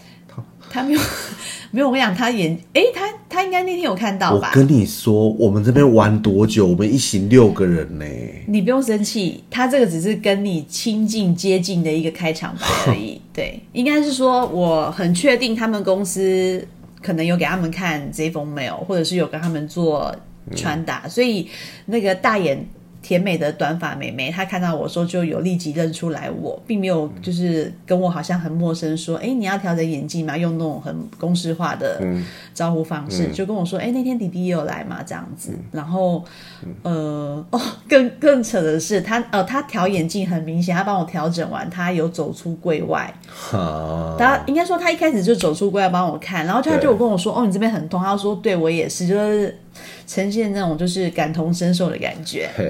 [SPEAKER 1] 他没有， *laughs* 没有。我跟你讲，他眼哎、他他应该那天有看到
[SPEAKER 2] 我
[SPEAKER 1] 吧？
[SPEAKER 2] 跟你说，我们这边玩多久？我们一行六个人呢、
[SPEAKER 1] 你不用生气，他这个只是跟你亲近接近的一个开场白而已。对，应该是说我很确定他们公司可能有给他们看这封 mail，或者是有跟他们做传达，所以那个大眼甜美的短发妹妹，她看到我说就有立即认出来我，并没有就是跟我好像很陌生说，哎、你要调整眼镜吗？用那种很公式化的招呼方式，就跟我说，哎、那天弟弟也有来嘛，这样子。然后，呃，哦，更更扯的是，他呃，他调眼镜很明显，他帮我调整完，他有走出柜外，
[SPEAKER 2] 哈，
[SPEAKER 1] 他应该说他一开始就走出柜来帮我看，然后他
[SPEAKER 2] 对
[SPEAKER 1] 就有跟我说：“哦，你这边很痛。”他说：“对我也是，就是呈现那种就是感同身受的感觉。”
[SPEAKER 2] 嘿，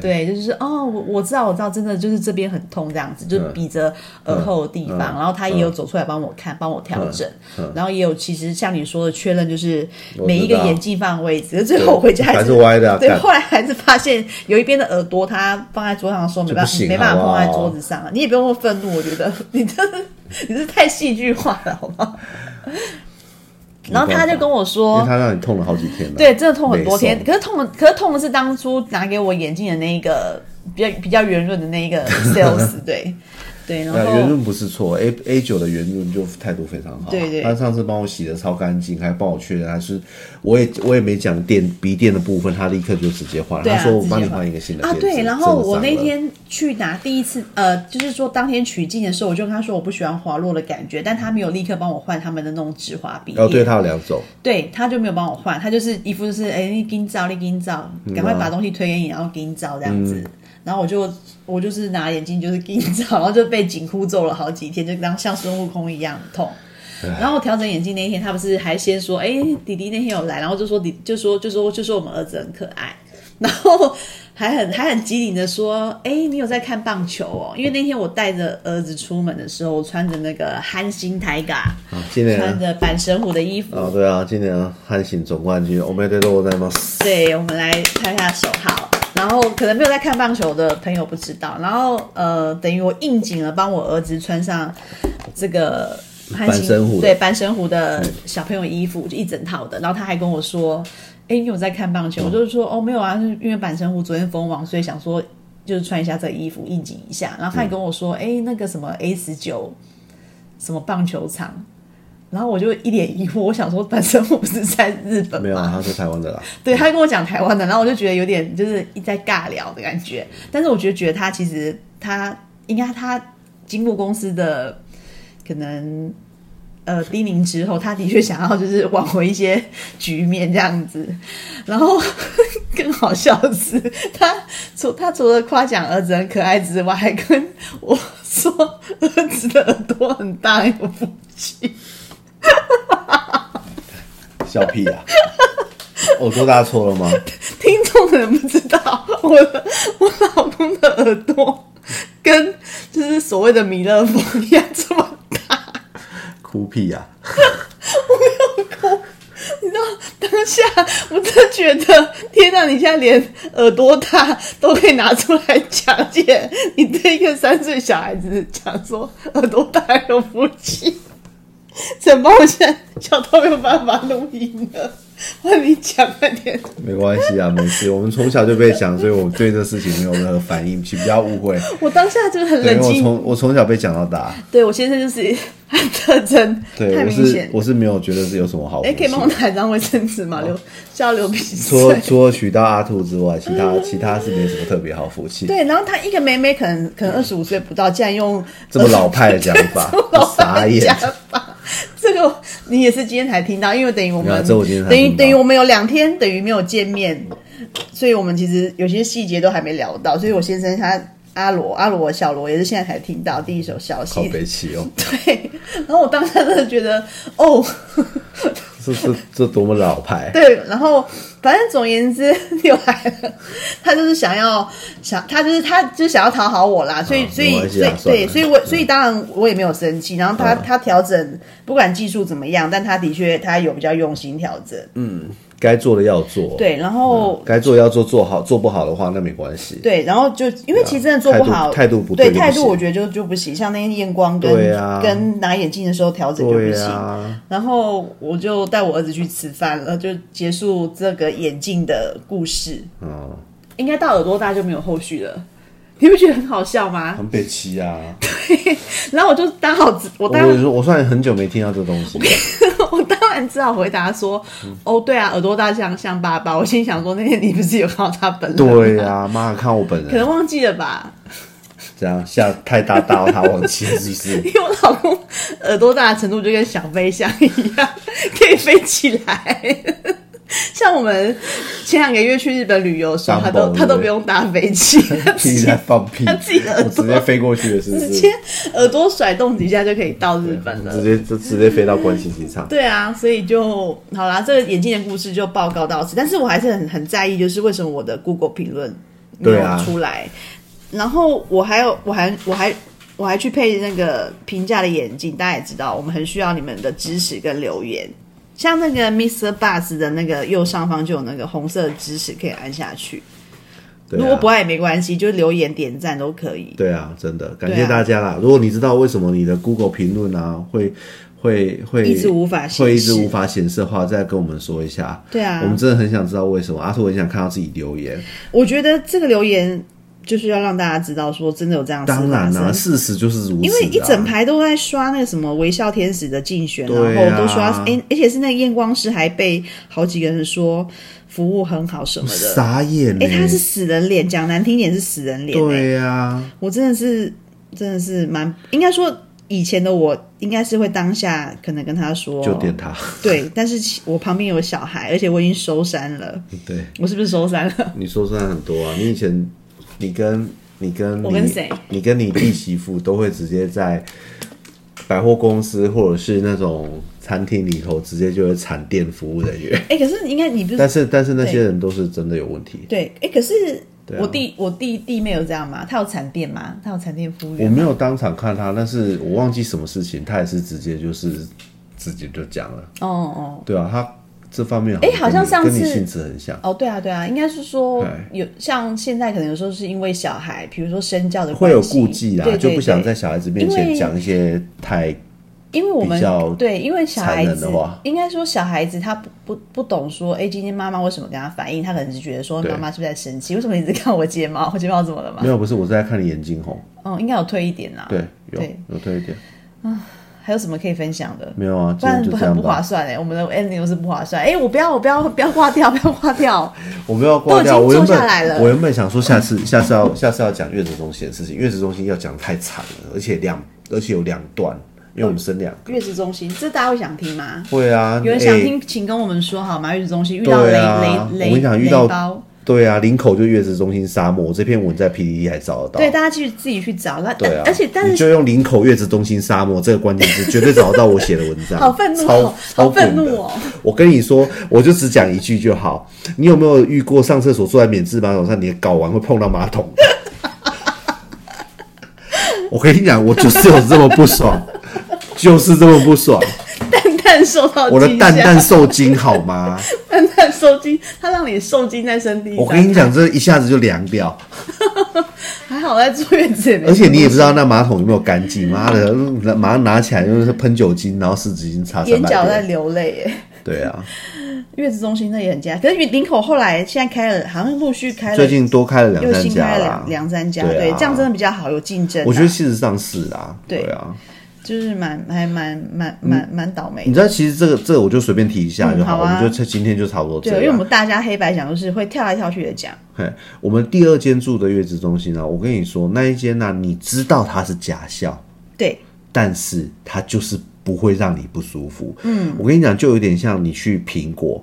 [SPEAKER 1] 对，就是哦，我我知道，我知道，真的就是这边很痛，这样子，就是
[SPEAKER 2] 嗯
[SPEAKER 1] 比着耳后的地方，然后他也有走出来帮我看，帮我调
[SPEAKER 2] 嗯
[SPEAKER 1] 整，然后也有其实像你说的确认，就是每一个眼镜放位置，最后我回家
[SPEAKER 2] 还
[SPEAKER 1] 是
[SPEAKER 2] 是歪的啊
[SPEAKER 1] 对，
[SPEAKER 2] 干
[SPEAKER 1] 后来还是发现有一边的耳朵，它放在桌上的时候没办
[SPEAKER 2] 就不
[SPEAKER 1] 法
[SPEAKER 2] 行
[SPEAKER 1] 没办法
[SPEAKER 2] 好
[SPEAKER 1] 碰
[SPEAKER 2] 不好
[SPEAKER 1] 在桌子上了，你也不用愤怒，我觉得你这你这太戏剧化了，好吗？然后他就跟我
[SPEAKER 2] 因
[SPEAKER 1] 说
[SPEAKER 2] 为，他让你痛了好几天了，
[SPEAKER 1] 对，真的痛很多天。
[SPEAKER 2] 没
[SPEAKER 1] 可是痛，可是痛的是当初拿给我眼镜的那一个比较比较圆润的那一
[SPEAKER 2] *laughs*
[SPEAKER 1] 个 sales，对对，然
[SPEAKER 2] 对啊圆
[SPEAKER 1] 后
[SPEAKER 2] 润不是错，A A 九的圆润就态度非常好。
[SPEAKER 1] 对对
[SPEAKER 2] 他上次帮我洗的超干净，还帮我确认，还是我也我也没讲电鼻垫的部分，他立刻就直接换了。
[SPEAKER 1] 对啊
[SPEAKER 2] 他说我
[SPEAKER 1] 直接
[SPEAKER 2] 帮你
[SPEAKER 1] 换
[SPEAKER 2] 换一个新的
[SPEAKER 1] 啊
[SPEAKER 2] 垫子
[SPEAKER 1] 对，然后我那。
[SPEAKER 2] 真的伤了
[SPEAKER 1] 天去拿第一次，呃，就是说当天取镜的时候，我就跟他说我不喜欢滑落的感觉，但他没有立刻帮我换他们的那种止滑笔。
[SPEAKER 2] 哦，对，他有两种，
[SPEAKER 1] 对，他就没有帮我换，他就是一副就是哎、你给照，你给照，赶快把东西推给你，然后给你照这样子。然后我就我就是拿眼镜就是给你照， *laughs* 然后就被紧箍咒了好几天，就当像孙悟空一样痛。然后我调整眼镜那一天，他不是还先说，哎、弟弟那天有来，然后就说弟就说就说就说我们儿子很可爱， *laughs* 然后还很还很机灵的说，哎、你有在看棒球哦？因为那天我带着儿子出门的时候，我穿着那个憨心台嘎，
[SPEAKER 2] 啊今年
[SPEAKER 1] 穿
[SPEAKER 2] 啊，
[SPEAKER 1] 着阪神虎的衣服，
[SPEAKER 2] 哦对啊，今年啊汉行总冠军，我们对都在吗？
[SPEAKER 1] 对，我们来拍一下手号。然后可能没有在看棒球的朋友不知道，然后呃，等于我应景了，帮我儿子穿上这个潘兴
[SPEAKER 2] 板神虎的
[SPEAKER 1] 对板神虎的小朋友衣服，就一整套的。然后他还跟我说：“哎，你有在看棒球？”我就是说：“哦，没有啊，就是因为板神虎昨天封王，所以想说就是穿一下这个衣服应景一下。”然后他还跟我说：“哎、那个什么
[SPEAKER 2] 嗯
[SPEAKER 1] A 十九什么棒球场。”然后我就一脸疑惑，我想说板神虎不是在日本吗？
[SPEAKER 2] 没有啊，他是台湾的啦。
[SPEAKER 1] 对他跟我讲台湾的，然后我就觉得有点就是一在尬聊的感觉，但是我觉得觉得他其实他应该他经过公司的可能呃低龄之后，他的确想要就是挽回一些局面这样子，然后 *laughs* 更好笑的是，他除他除了夸奖儿子很可爱之外，还跟我说儿子的耳朵很大有福气。
[SPEAKER 2] 笑屁
[SPEAKER 1] *laughs*
[SPEAKER 2] 啊！我多大错了吗？
[SPEAKER 1] 听众可能不知道，我的我老公的耳朵跟就是所谓的弥勒佛一样这么大，
[SPEAKER 2] 哭屁啊！
[SPEAKER 1] 你知道当下我真的觉得，天哪！你现在连耳朵大都可以拿出来讲解，你对一个三岁小孩子讲说耳朵大有福气， *laughs* 怎么我现在笑到没有办法录音了？换你讲 *laughs* 快点。
[SPEAKER 2] 没关系啊，没事。我们从小就被讲，所以我对这事情没有任何反应，请不要误会。
[SPEAKER 1] 我当下就很
[SPEAKER 2] 对，
[SPEAKER 1] 冷
[SPEAKER 2] 因为我
[SPEAKER 1] 静，
[SPEAKER 2] 从我从小被讲到大，
[SPEAKER 1] 对我先生就是很特征，
[SPEAKER 2] 对
[SPEAKER 1] 太
[SPEAKER 2] 我
[SPEAKER 1] 明
[SPEAKER 2] 是
[SPEAKER 1] 显。
[SPEAKER 2] 我是没有觉得是有什么好。
[SPEAKER 1] 哎、可以帮我？拿一张卫生纸吗？流要流鼻
[SPEAKER 2] 除
[SPEAKER 1] *laughs*
[SPEAKER 2] 了
[SPEAKER 1] 水。
[SPEAKER 2] 除了娶到阿兔之外，其他其他是没什么特别好福气。
[SPEAKER 1] 对，然后他一个妹妹可能可能二十五岁不到，竟然用
[SPEAKER 2] *laughs* 这么老派的讲法
[SPEAKER 1] *laughs* 这么老，
[SPEAKER 2] 傻
[SPEAKER 1] 派的
[SPEAKER 2] 眼
[SPEAKER 1] 讲！法，这个你也是今天才听到，因为等于我
[SPEAKER 2] 没有
[SPEAKER 1] 们
[SPEAKER 2] 啊这我今天才
[SPEAKER 1] 等于
[SPEAKER 2] 听到
[SPEAKER 1] 等于我们有两天等于没有见面，所以我们其实有些细节都还没聊到，所以我先生他阿罗阿罗小罗也是现在才听到第一手消
[SPEAKER 2] 好
[SPEAKER 1] 息，
[SPEAKER 2] 悲戚哦，
[SPEAKER 1] *laughs*
[SPEAKER 2] *laughs*
[SPEAKER 1] 对，然后我当时真的觉得哦。
[SPEAKER 2] 这这这多么老派！
[SPEAKER 1] 对，然后反正总而言之 *laughs* 又来了，他就是想要想他就是他就是想要讨好我啦，所以、
[SPEAKER 2] 啊
[SPEAKER 1] 所以
[SPEAKER 2] 没关系
[SPEAKER 1] 所以
[SPEAKER 2] 啊算
[SPEAKER 1] 对，
[SPEAKER 2] 了
[SPEAKER 1] 所以我所以当然我也没有生气，然后他、
[SPEAKER 2] 嗯
[SPEAKER 1] 他调整不管技术怎么样，但他的确他有比较用心调整，
[SPEAKER 2] 嗯该做的要做，
[SPEAKER 1] 对，然后。
[SPEAKER 2] 该做的要做，做好做不好的话那没关系。
[SPEAKER 1] 对，然后就因为其实真的做不好，
[SPEAKER 2] 态度态度不对
[SPEAKER 1] 对
[SPEAKER 2] 就不
[SPEAKER 1] 态度，
[SPEAKER 2] 行
[SPEAKER 1] 我觉得就就不行。像那天验光跟、
[SPEAKER 2] 对啊
[SPEAKER 1] 跟拿眼镜的时候调整就不
[SPEAKER 2] 对
[SPEAKER 1] 行。
[SPEAKER 2] 啊，
[SPEAKER 1] 然后我就带我儿子去吃饭了，就结束这个眼镜的故事。
[SPEAKER 2] 嗯，
[SPEAKER 1] 应该到耳朵大就没有后续了。你不觉得很好笑吗？
[SPEAKER 2] 很悲戚啊！
[SPEAKER 1] 然后我就当好自，我当
[SPEAKER 2] 我我算很久没听到这东西，
[SPEAKER 1] *laughs* 我当当然只好回答说：“哦，对啊，耳朵大象像爸爸。”我心想说，那天你不是有看到他 *laughs* 本人？
[SPEAKER 2] 对呀、妈看我本
[SPEAKER 1] 可
[SPEAKER 2] 人
[SPEAKER 1] 能忘记了吧， *laughs*
[SPEAKER 2] 这样下太大大到他忘记了，是不是？
[SPEAKER 1] 因为我老公耳朵大的程度就跟小飞象一样， *laughs* 可以飞起来。 *laughs* 像我们前两个月去日本旅游的时候，他都
[SPEAKER 2] Dumbo，
[SPEAKER 1] 他都
[SPEAKER 2] 对
[SPEAKER 1] 不用搭飞
[SPEAKER 2] *laughs*
[SPEAKER 1] 机， *laughs* 他直
[SPEAKER 2] 你在
[SPEAKER 1] 接
[SPEAKER 2] 放屁，
[SPEAKER 1] 他自己的耳
[SPEAKER 2] 我
[SPEAKER 1] 朵
[SPEAKER 2] 直接飞过去了，是不
[SPEAKER 1] *laughs* 直
[SPEAKER 2] 是
[SPEAKER 1] 接？耳朵甩动几下就可以到日本了
[SPEAKER 2] 直。接就直接飞到关西机
[SPEAKER 1] *laughs*
[SPEAKER 2] 场。
[SPEAKER 1] 对啊，所以就好啦，这个眼镜的故事就报告到此。但是我还是很很在意，就是为什么我的 Google 评论没
[SPEAKER 2] 对
[SPEAKER 1] 有
[SPEAKER 2] 啊
[SPEAKER 1] 出来。然后我还有，我还我还我还去配那个平价的眼镜，大家也知道，我们很需要你们的支持跟留言。像那个 Mr. Bus 的那个右上方就有那个红色的支持可以按下去，
[SPEAKER 2] 对
[SPEAKER 1] 如果
[SPEAKER 2] 啊
[SPEAKER 1] 不，爱也没关系，就是留言点赞都可以。
[SPEAKER 2] 对啊，真的感
[SPEAKER 1] 对
[SPEAKER 2] 谢
[SPEAKER 1] 啊
[SPEAKER 2] 大家啦！如果你知道为什么你的 Google 评论啊会会会
[SPEAKER 1] 一直无法显示
[SPEAKER 2] 会一直无法显示的话，再跟我们说一下。
[SPEAKER 1] 对啊
[SPEAKER 2] 我们真的很想知道为什么，阿兔很想看到自己留言。
[SPEAKER 1] 我觉得这个留言就是要让大家知道，说真的有这样的事
[SPEAKER 2] 当然
[SPEAKER 1] 发
[SPEAKER 2] 啦、
[SPEAKER 1] 生
[SPEAKER 2] 事实就是如此、啊。
[SPEAKER 1] 因为一整排都在刷那个什么微笑天使的竞选，
[SPEAKER 2] 对啊
[SPEAKER 1] 然后都刷，哎、而且是那个验光师还被好几个人说服务很好什么的。
[SPEAKER 2] 傻眼呢、
[SPEAKER 1] 哎、他是死人脸，讲难听点是死人脸、哎
[SPEAKER 2] 对呀、
[SPEAKER 1] 我真的是，真的是蛮，应该说以前的我应该是会当下可能跟他说，
[SPEAKER 2] 就点他。 *laughs*
[SPEAKER 1] 对，但是其我旁边有小孩，而且我已经收山了，
[SPEAKER 2] 对，
[SPEAKER 1] 我是不是收山
[SPEAKER 2] *laughs*
[SPEAKER 1] 了？
[SPEAKER 2] 你说算很多啊。你以前，你跟你跟
[SPEAKER 1] 我
[SPEAKER 2] 你
[SPEAKER 1] 跟谁
[SPEAKER 2] 你跟你弟媳妇都会直接在百货公司或者是那种餐厅里头，直接就会产店服务
[SPEAKER 1] *laughs*
[SPEAKER 2] 人员。
[SPEAKER 1] 哎、可是你应该你不
[SPEAKER 2] 但
[SPEAKER 1] 是
[SPEAKER 2] 是但是那些人都是真的有问题。
[SPEAKER 1] 对，哎、可是
[SPEAKER 2] 对啊
[SPEAKER 1] 我弟、我弟弟妹有这样吗？他有产店吗？他有产店服务员
[SPEAKER 2] 我
[SPEAKER 1] 吗？
[SPEAKER 2] 没有当场看他，但是我忘记什么事情，他也是直接就是自己就讲了。
[SPEAKER 1] 哦哦。
[SPEAKER 2] 对啊，他这方面
[SPEAKER 1] 哎好像
[SPEAKER 2] 跟你
[SPEAKER 1] 上次
[SPEAKER 2] 跟你性质很像。
[SPEAKER 1] 哦，对啊，对啊，应该是说
[SPEAKER 2] 对
[SPEAKER 1] 有像现在可能有时候是因为小孩，比如说身教的
[SPEAKER 2] 会有
[SPEAKER 1] 关系
[SPEAKER 2] 顾忌啦，
[SPEAKER 1] 对对
[SPEAKER 2] 就不想
[SPEAKER 1] 对
[SPEAKER 2] 在小孩子面
[SPEAKER 1] 因
[SPEAKER 2] 前
[SPEAKER 1] 为
[SPEAKER 2] 讲一些太
[SPEAKER 1] 因为我们
[SPEAKER 2] 比较
[SPEAKER 1] 对，因为小孩
[SPEAKER 2] 残忍
[SPEAKER 1] 子
[SPEAKER 2] 的话
[SPEAKER 1] 应该说小孩子他不不不懂说，哎，今天妈妈为什么跟他反应，他可能是觉得说
[SPEAKER 2] 对
[SPEAKER 1] 妈妈是不是在生气？为什么你一直看我睫毛？我睫毛怎么了吗
[SPEAKER 2] 没？有，不是我是在看你眼睛红，
[SPEAKER 1] 嗯，应该有退一点啦。
[SPEAKER 2] 对，有
[SPEAKER 1] 对
[SPEAKER 2] 有退一点，
[SPEAKER 1] 还有什么可以分享的？
[SPEAKER 2] 没有啊，
[SPEAKER 1] 不
[SPEAKER 2] 今
[SPEAKER 1] 然
[SPEAKER 2] 天就这
[SPEAKER 1] 很
[SPEAKER 2] 样
[SPEAKER 1] 不划
[SPEAKER 2] 吧。
[SPEAKER 1] 算哎、我们的 ending 都是不划算哎、我不要，我不要，不要挂掉，不要挂掉。
[SPEAKER 2] 我没有挂掉，
[SPEAKER 1] 都已经
[SPEAKER 2] 我原
[SPEAKER 1] 坐下来了
[SPEAKER 2] 本我原本想说下次 *laughs* 下次要下次要讲月子中心的事情，月子中心要讲太惨了，而且两而且有两段，因为我们生两个。
[SPEAKER 1] 月子中心，这大家会想听吗？
[SPEAKER 2] 会啊，
[SPEAKER 1] 有人想
[SPEAKER 2] 哎
[SPEAKER 1] 听，请跟我们说好吗？月子中心遇到雷、
[SPEAKER 2] 对啊
[SPEAKER 1] 雷雷
[SPEAKER 2] 我跟你讲遇到
[SPEAKER 1] 雷包，
[SPEAKER 2] 对啊，林口就月子中心沙漠，我这篇文在 PDD 还找得到。
[SPEAKER 1] 对，大家去自己去找。那、
[SPEAKER 2] 对啊，
[SPEAKER 1] 哎而且但
[SPEAKER 2] 你
[SPEAKER 1] 是
[SPEAKER 2] 就用林口月子中心沙漠这个关键字，绝对找得到我写的文
[SPEAKER 1] *laughs*
[SPEAKER 2] 章。
[SPEAKER 1] 好愤怒
[SPEAKER 2] 超
[SPEAKER 1] 哦，
[SPEAKER 2] 超
[SPEAKER 1] 好愤
[SPEAKER 2] 滚
[SPEAKER 1] 怒
[SPEAKER 2] 的
[SPEAKER 1] 哦！
[SPEAKER 2] *laughs* 我跟你说，我就只讲一句就好。你有没有遇过上厕所坐在免治马桶上，你的睾丸会碰到马桶？ *laughs* 我跟你讲，我就是有这么不爽， *laughs* 就是这么不爽。
[SPEAKER 1] 蛋蛋受到
[SPEAKER 2] 我的
[SPEAKER 1] 惊吓
[SPEAKER 2] 蛋蛋受惊好吗？
[SPEAKER 1] *laughs* 蛋蛋受惊，它让你受惊在身体。
[SPEAKER 2] 我跟你，讲，这一下子就凉
[SPEAKER 1] *laughs*
[SPEAKER 2] 掉，
[SPEAKER 1] 还好在坐月子也没，
[SPEAKER 2] 而且你也不知道那马桶有没有干净。妈的，马上拿起来就是喷酒精，然后湿纸巾擦三
[SPEAKER 1] 眼角
[SPEAKER 2] 百
[SPEAKER 1] 在
[SPEAKER 2] 遍。
[SPEAKER 1] 流泪哎。
[SPEAKER 2] 对啊，
[SPEAKER 1] 月子中心那也很佳，可是林口后来现在开了，好像陆续开了，
[SPEAKER 2] 最近多开了
[SPEAKER 1] 又
[SPEAKER 2] 两三
[SPEAKER 1] 新
[SPEAKER 2] 家
[SPEAKER 1] 开了
[SPEAKER 2] 啦
[SPEAKER 1] 两。两三家，
[SPEAKER 2] 对啊
[SPEAKER 1] 对，这样真的比较好，有竞争啊。
[SPEAKER 2] 我觉得事实上是啊，对啊。
[SPEAKER 1] 就是蛮还蛮蛮蛮蛮倒霉的
[SPEAKER 2] 你。知道，其实这个这个我就随便提一下就
[SPEAKER 1] 嗯好
[SPEAKER 2] 好，
[SPEAKER 1] 啊
[SPEAKER 2] 我们就今天就差不多
[SPEAKER 1] 对，
[SPEAKER 2] 这
[SPEAKER 1] 因为我
[SPEAKER 2] 样。
[SPEAKER 1] 们大家黑白讲都是会跳来跳去的讲，
[SPEAKER 2] 嘿，我们第二间住的月子中心啊，我跟你说那一间呢、你知道它是假校，
[SPEAKER 1] 对，
[SPEAKER 2] 但是它就是不会让你不舒服。嗯，我跟你讲，就有点像你去苹果，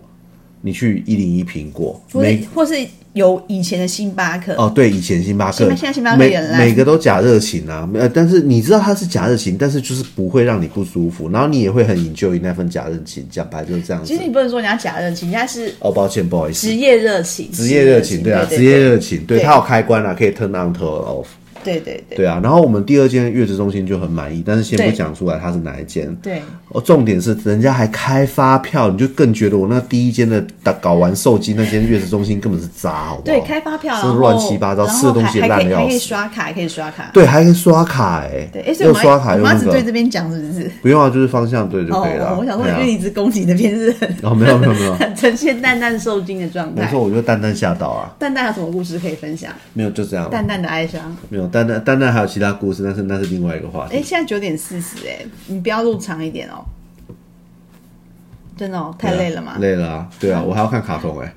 [SPEAKER 2] 你去一零一苹果，
[SPEAKER 1] 或
[SPEAKER 2] 每
[SPEAKER 1] 是或是有以前的星巴克，
[SPEAKER 2] 哦，对，以前星巴克，
[SPEAKER 1] 现在现在星巴克
[SPEAKER 2] 每
[SPEAKER 1] 也烂
[SPEAKER 2] 每个都假热情啊，呃，但是你知道它是假热情，但是就是不会让你不舒服，然后你也会很 enjoy 那份假热情，讲白就是这样
[SPEAKER 1] 其
[SPEAKER 2] 子
[SPEAKER 1] 实。你不能说人家假热情，人家是
[SPEAKER 2] 哦，抱歉，不好意思
[SPEAKER 1] 职，业热情，
[SPEAKER 2] 职业热情，对啊，职业热情，对，
[SPEAKER 1] 对
[SPEAKER 2] 它有开关啊，可以 turn on turn off，
[SPEAKER 1] 对对对
[SPEAKER 2] 对啊。然后我们第二间月子中心就很满意，但是先
[SPEAKER 1] 对
[SPEAKER 2] 不讲出来它是哪一间。
[SPEAKER 1] 对，
[SPEAKER 2] 哦，重点是人家还开发票，你就更觉得我那第一间的打搞完受精那间月子中心根本是渣，好不好？
[SPEAKER 1] 对，开发票，
[SPEAKER 2] 是
[SPEAKER 1] 然后
[SPEAKER 2] 乱七八糟
[SPEAKER 1] 然后
[SPEAKER 2] 吃的东西
[SPEAKER 1] 还
[SPEAKER 2] 烂
[SPEAKER 1] 还
[SPEAKER 2] 得
[SPEAKER 1] 可以还
[SPEAKER 2] 要死
[SPEAKER 1] 可以刷卡，可以刷卡，
[SPEAKER 2] 对，还可以刷卡哎、
[SPEAKER 1] 对，哎，所以
[SPEAKER 2] 又
[SPEAKER 1] 我们
[SPEAKER 2] 刷卡
[SPEAKER 1] 我们
[SPEAKER 2] 又那
[SPEAKER 1] 要只对
[SPEAKER 2] 个，
[SPEAKER 1] 这边讲是不是？
[SPEAKER 2] 不用啊，就是方向对就
[SPEAKER 1] 哦
[SPEAKER 2] 可以了。，
[SPEAKER 1] 我想说，
[SPEAKER 2] 对
[SPEAKER 1] 因
[SPEAKER 2] 啊
[SPEAKER 1] 为你一直攻击那边是很，
[SPEAKER 2] 哦，没有没有没有
[SPEAKER 1] 很呈现淡淡受惊的状
[SPEAKER 2] 没
[SPEAKER 1] 态
[SPEAKER 2] 错，。哦我就淡淡吓到啊，
[SPEAKER 1] 淡淡有什么故事可以分享？
[SPEAKER 2] 没有就这样，
[SPEAKER 1] 淡淡的哀伤。
[SPEAKER 2] 没有淡淡淡淡还有其他故事，但是那是另外一个话题。
[SPEAKER 1] 哎，现在九点四十，哎，你不要录长一点哦。真的、哦、太累了嘛？
[SPEAKER 2] 累了啊，对啊，我还要看卡通哎、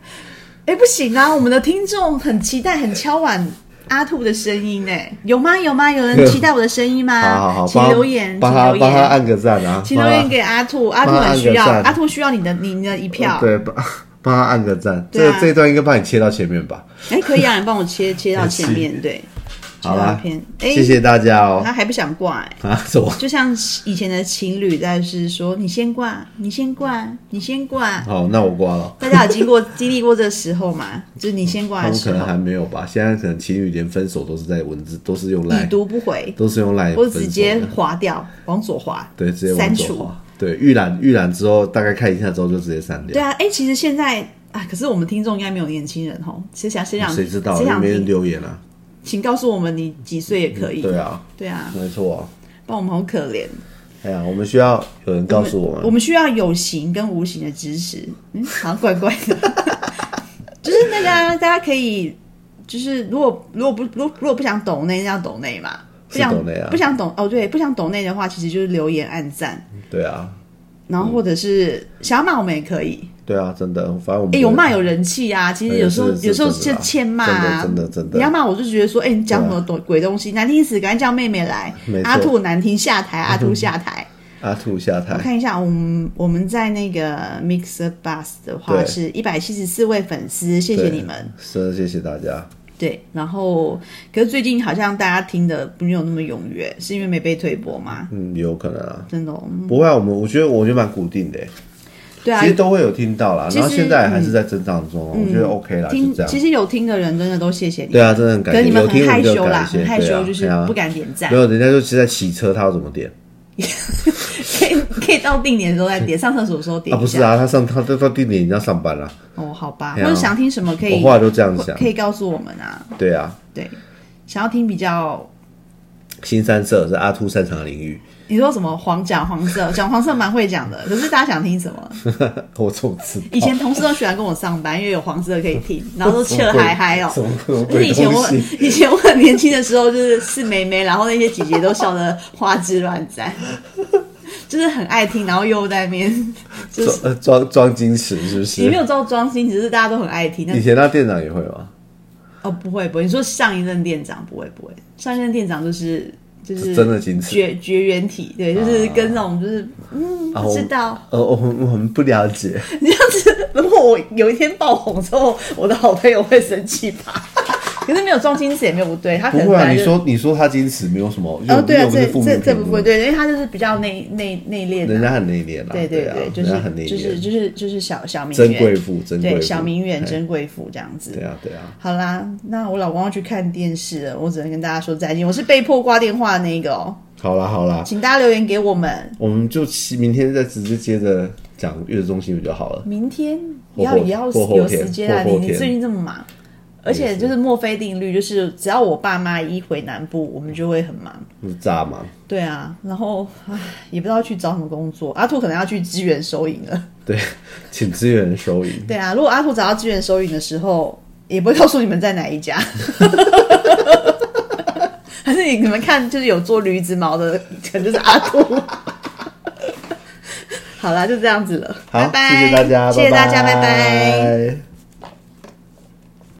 [SPEAKER 1] 哎、不行啊！我们的听众很期待、很敲碗阿兔的声音呢，有吗？有吗？有人期待我的声音吗？
[SPEAKER 2] 好好好，
[SPEAKER 1] 啊请
[SPEAKER 2] 帮
[SPEAKER 1] 留言，
[SPEAKER 2] 帮
[SPEAKER 1] 请
[SPEAKER 2] 他
[SPEAKER 1] 留
[SPEAKER 2] 帮他
[SPEAKER 1] 言，
[SPEAKER 2] 按个赞啊，
[SPEAKER 1] 请
[SPEAKER 2] 帮
[SPEAKER 1] 留
[SPEAKER 2] 他
[SPEAKER 1] 言给阿兔，阿兔
[SPEAKER 2] 帮他
[SPEAKER 1] 很需要，
[SPEAKER 2] 按个
[SPEAKER 1] 阿
[SPEAKER 2] 赞
[SPEAKER 1] 兔需要你的你的一票。
[SPEAKER 2] 对，帮帮他按个赞。
[SPEAKER 1] 对啊
[SPEAKER 2] 这这一段应该帮你切到前面吧？
[SPEAKER 1] 哎，可以啊，你帮我切切到前面，对，切
[SPEAKER 2] 哎好
[SPEAKER 1] 到
[SPEAKER 2] 啦
[SPEAKER 1] 片。哎，
[SPEAKER 2] 谢谢大家哦。
[SPEAKER 1] 他还不想挂哎。
[SPEAKER 2] 啊，什么？
[SPEAKER 1] 就像以前的情侣，但是说你先挂，你先挂，你先挂。
[SPEAKER 2] 好，那我挂了。
[SPEAKER 1] 大家有经过经历过这个时候嘛？就是你先挂
[SPEAKER 2] 他
[SPEAKER 1] 的
[SPEAKER 2] 们
[SPEAKER 1] 时
[SPEAKER 2] 可能
[SPEAKER 1] 候，
[SPEAKER 2] 还没有吧？现在可能情侣连分手都是在文字，都是用
[SPEAKER 1] 已
[SPEAKER 2] 赖，
[SPEAKER 1] 读不回，
[SPEAKER 2] 都是用赖
[SPEAKER 1] 或
[SPEAKER 2] 分
[SPEAKER 1] 者
[SPEAKER 2] 手
[SPEAKER 1] 直接
[SPEAKER 2] 的。
[SPEAKER 1] 划掉，往左划，
[SPEAKER 2] 对，直接往
[SPEAKER 1] 删
[SPEAKER 2] 左
[SPEAKER 1] 除。
[SPEAKER 2] 滑。对，预览预览之后，大概看一下之后就直接删
[SPEAKER 1] 对
[SPEAKER 2] 掉。
[SPEAKER 1] 啊，哎，其实现在啊，可是我们听众应该没有年轻人吼，谁想谁想
[SPEAKER 2] 谁知道？
[SPEAKER 1] 谁
[SPEAKER 2] 又
[SPEAKER 1] 想
[SPEAKER 2] 没人
[SPEAKER 1] 听？
[SPEAKER 2] 留言啊。
[SPEAKER 1] 请告诉我们你几岁也可以。
[SPEAKER 2] 对啊，
[SPEAKER 1] 对啊，
[SPEAKER 2] 没错啊。
[SPEAKER 1] 不然我们好可怜。
[SPEAKER 2] 哎呀，我们需要有人告诉我们。
[SPEAKER 1] 我们需要有形跟无形的支持。嗯，好像怪怪的， *laughs* 就是那个、啊、大家可以，就是如果如果不如果如果不想抖内，那要抖内嘛。不想
[SPEAKER 2] 是抖内啊
[SPEAKER 1] 不想抖哦，对，不想抖内的话，其实就是留言、按赞，
[SPEAKER 2] 对啊，
[SPEAKER 1] 然后或者是想要骂我们也可以。
[SPEAKER 2] 对啊，真的，反正我们
[SPEAKER 1] 哎、有骂
[SPEAKER 2] 有。
[SPEAKER 1] 有人气啊！其实
[SPEAKER 2] 哎
[SPEAKER 1] 有时候
[SPEAKER 2] 是是
[SPEAKER 1] 有时候
[SPEAKER 2] 真的
[SPEAKER 1] 就
[SPEAKER 2] 啦
[SPEAKER 1] 欠骂啊，
[SPEAKER 2] 真的真的真的
[SPEAKER 1] 你要骂我就觉得说，哎、你讲什么鬼鬼东西，难听死！赶紧叫妹妹来
[SPEAKER 2] 没，错嗯
[SPEAKER 1] 阿兔难听下台，阿兔下台。
[SPEAKER 2] 阿兔下
[SPEAKER 1] 我
[SPEAKER 2] 台，
[SPEAKER 1] 看一下，我们我们在那个 Mixer Bus 的话
[SPEAKER 2] 对
[SPEAKER 1] 是一百七十四位粉丝，谢谢你们。
[SPEAKER 2] 真的谢谢大家。
[SPEAKER 1] 对，然后可是最近好像大家听的没有那么踊跃，是因为没被推播吗？
[SPEAKER 2] 嗯，有可能啊，
[SPEAKER 1] 真的、哦？嗯
[SPEAKER 2] 不会啊，我们我觉得我觉得蛮固定的欸，
[SPEAKER 1] 对啊
[SPEAKER 2] 其，实都会有听到啦。
[SPEAKER 1] 其实
[SPEAKER 2] 然后现在还是在增长中啊，我觉得 OK 啦，就
[SPEAKER 1] 听
[SPEAKER 2] 这样
[SPEAKER 1] 其。实有听的人真的都谢谢你，
[SPEAKER 2] 对啊，真的很感
[SPEAKER 1] 可
[SPEAKER 2] 谢，
[SPEAKER 1] 是你们
[SPEAKER 2] 有听
[SPEAKER 1] 很
[SPEAKER 2] 我
[SPEAKER 1] 害
[SPEAKER 2] 们就
[SPEAKER 1] 羞啦，
[SPEAKER 2] 感谢，
[SPEAKER 1] 很害
[SPEAKER 2] 对啊
[SPEAKER 1] 羞就是
[SPEAKER 2] 对啊
[SPEAKER 1] 不敢点赞
[SPEAKER 2] 没。有，人家就是在洗车，他要怎么点
[SPEAKER 1] 可以 *laughs* 可以到定点的时候再点，上厕所的时候点
[SPEAKER 2] 啊？
[SPEAKER 1] 一
[SPEAKER 2] 不是
[SPEAKER 1] 下。
[SPEAKER 2] 啊，他上他到到地点人家上班啦，
[SPEAKER 1] 哦，好吧，或
[SPEAKER 2] 对啊
[SPEAKER 1] 者想听什么可
[SPEAKER 2] 我
[SPEAKER 1] 以
[SPEAKER 2] 话都这样想
[SPEAKER 1] 可。以告诉我们啊。
[SPEAKER 2] 对啊，
[SPEAKER 1] 对，想要听比较
[SPEAKER 2] 新三色是阿兔擅长的领域，
[SPEAKER 1] 你说什么黄讲黄色， *laughs* 讲黄色蛮会讲的，可是大家想听什么？
[SPEAKER 2] 我怎么知道？
[SPEAKER 1] 以前同事都喜欢跟我上班，因为有黄色可以听，然后都扯嗨嗨哦
[SPEAKER 2] 什。哦么 *laughs*
[SPEAKER 1] 就是
[SPEAKER 2] 鬼什么鬼
[SPEAKER 1] 以前
[SPEAKER 2] 东
[SPEAKER 1] 我
[SPEAKER 2] 西？
[SPEAKER 1] 以前我很年轻的时候，就是是妹妹，然后那些姐姐都笑得花枝乱颤， *laughs* 就是很爱听，然后又在那边 *laughs* 就是
[SPEAKER 2] 装呃装装矜持是不
[SPEAKER 1] 也没
[SPEAKER 2] 是？
[SPEAKER 1] 有招装心，只是大家都很爱听。但
[SPEAKER 2] 以前那店长也会吗？
[SPEAKER 1] 哦，不会不会，你说上一任店长不会不会，上一任店长就是就是
[SPEAKER 2] 真的矜持
[SPEAKER 1] 绝绝缘体，对，就是跟那种就是、嗯
[SPEAKER 2] 啊
[SPEAKER 1] 不知
[SPEAKER 2] 我
[SPEAKER 1] 道。 *laughs*
[SPEAKER 2] 呃，我们我们不了解。
[SPEAKER 1] 你这样子，如果我有一天爆红之后，我的好朋友会生气吧？ *laughs* 可是没有装矜持也没有不对，他可
[SPEAKER 2] 不
[SPEAKER 1] 能
[SPEAKER 2] 会
[SPEAKER 1] 本
[SPEAKER 2] 啊，
[SPEAKER 1] 来
[SPEAKER 2] 你
[SPEAKER 1] 就
[SPEAKER 2] 说你说他矜持没有什么，
[SPEAKER 1] 哦，
[SPEAKER 2] 又
[SPEAKER 1] 对啊
[SPEAKER 2] 又，不
[SPEAKER 1] 这
[SPEAKER 2] 是负
[SPEAKER 1] 这
[SPEAKER 2] 面
[SPEAKER 1] 这
[SPEAKER 2] 评
[SPEAKER 1] 部分
[SPEAKER 2] 论，
[SPEAKER 1] 对，因为他就是比较内内内敛的、
[SPEAKER 2] 人家很内敛啦，
[SPEAKER 1] 对
[SPEAKER 2] 对
[SPEAKER 1] 对，
[SPEAKER 2] 啊
[SPEAKER 1] 就是
[SPEAKER 2] 人家很内
[SPEAKER 1] 就是
[SPEAKER 2] 敛，
[SPEAKER 1] 就是就是小小名媛
[SPEAKER 2] 真贵妇，真贵
[SPEAKER 1] 对
[SPEAKER 2] 妇，
[SPEAKER 1] 小名媛
[SPEAKER 2] 哎
[SPEAKER 1] 真贵妇这样子
[SPEAKER 2] 对。啊对啊，
[SPEAKER 1] 好啦，那我老公要去看电视了，我只能跟大家说再见。我是被迫挂电话的那一个哦，
[SPEAKER 2] 好啦好啦，
[SPEAKER 1] 请大家留言给我们。
[SPEAKER 2] 我们就明天再直接接着讲月子中心不就好了？
[SPEAKER 1] 明天
[SPEAKER 2] 或
[SPEAKER 1] 也要
[SPEAKER 2] 后
[SPEAKER 1] 也要
[SPEAKER 2] 或后
[SPEAKER 1] 有
[SPEAKER 2] 天
[SPEAKER 1] 时间啊！你
[SPEAKER 2] 或后
[SPEAKER 1] 你
[SPEAKER 2] 天
[SPEAKER 1] 最近这么忙，而且就是墨菲定律，就是只要我爸妈一回南部，我们就会很忙。
[SPEAKER 2] 是炸嘛？
[SPEAKER 1] 对啊，然后唉，也不知道去找什么工作。阿兔可能要去支援收银了。
[SPEAKER 2] 对，请支援收银，
[SPEAKER 1] 对啊，如果阿兔找到支援收银的时候，也不会告诉你们在哪一家。 *laughs* 还是你你们看，就是有做驴子毛的，可能就是阿
[SPEAKER 2] *laughs*
[SPEAKER 1] 兔。好啦，就这样子了，
[SPEAKER 2] 好
[SPEAKER 1] 拜，拜，
[SPEAKER 2] 谢谢大家，
[SPEAKER 1] 谢谢大家，拜
[SPEAKER 2] 拜
[SPEAKER 1] 拜。
[SPEAKER 2] 拜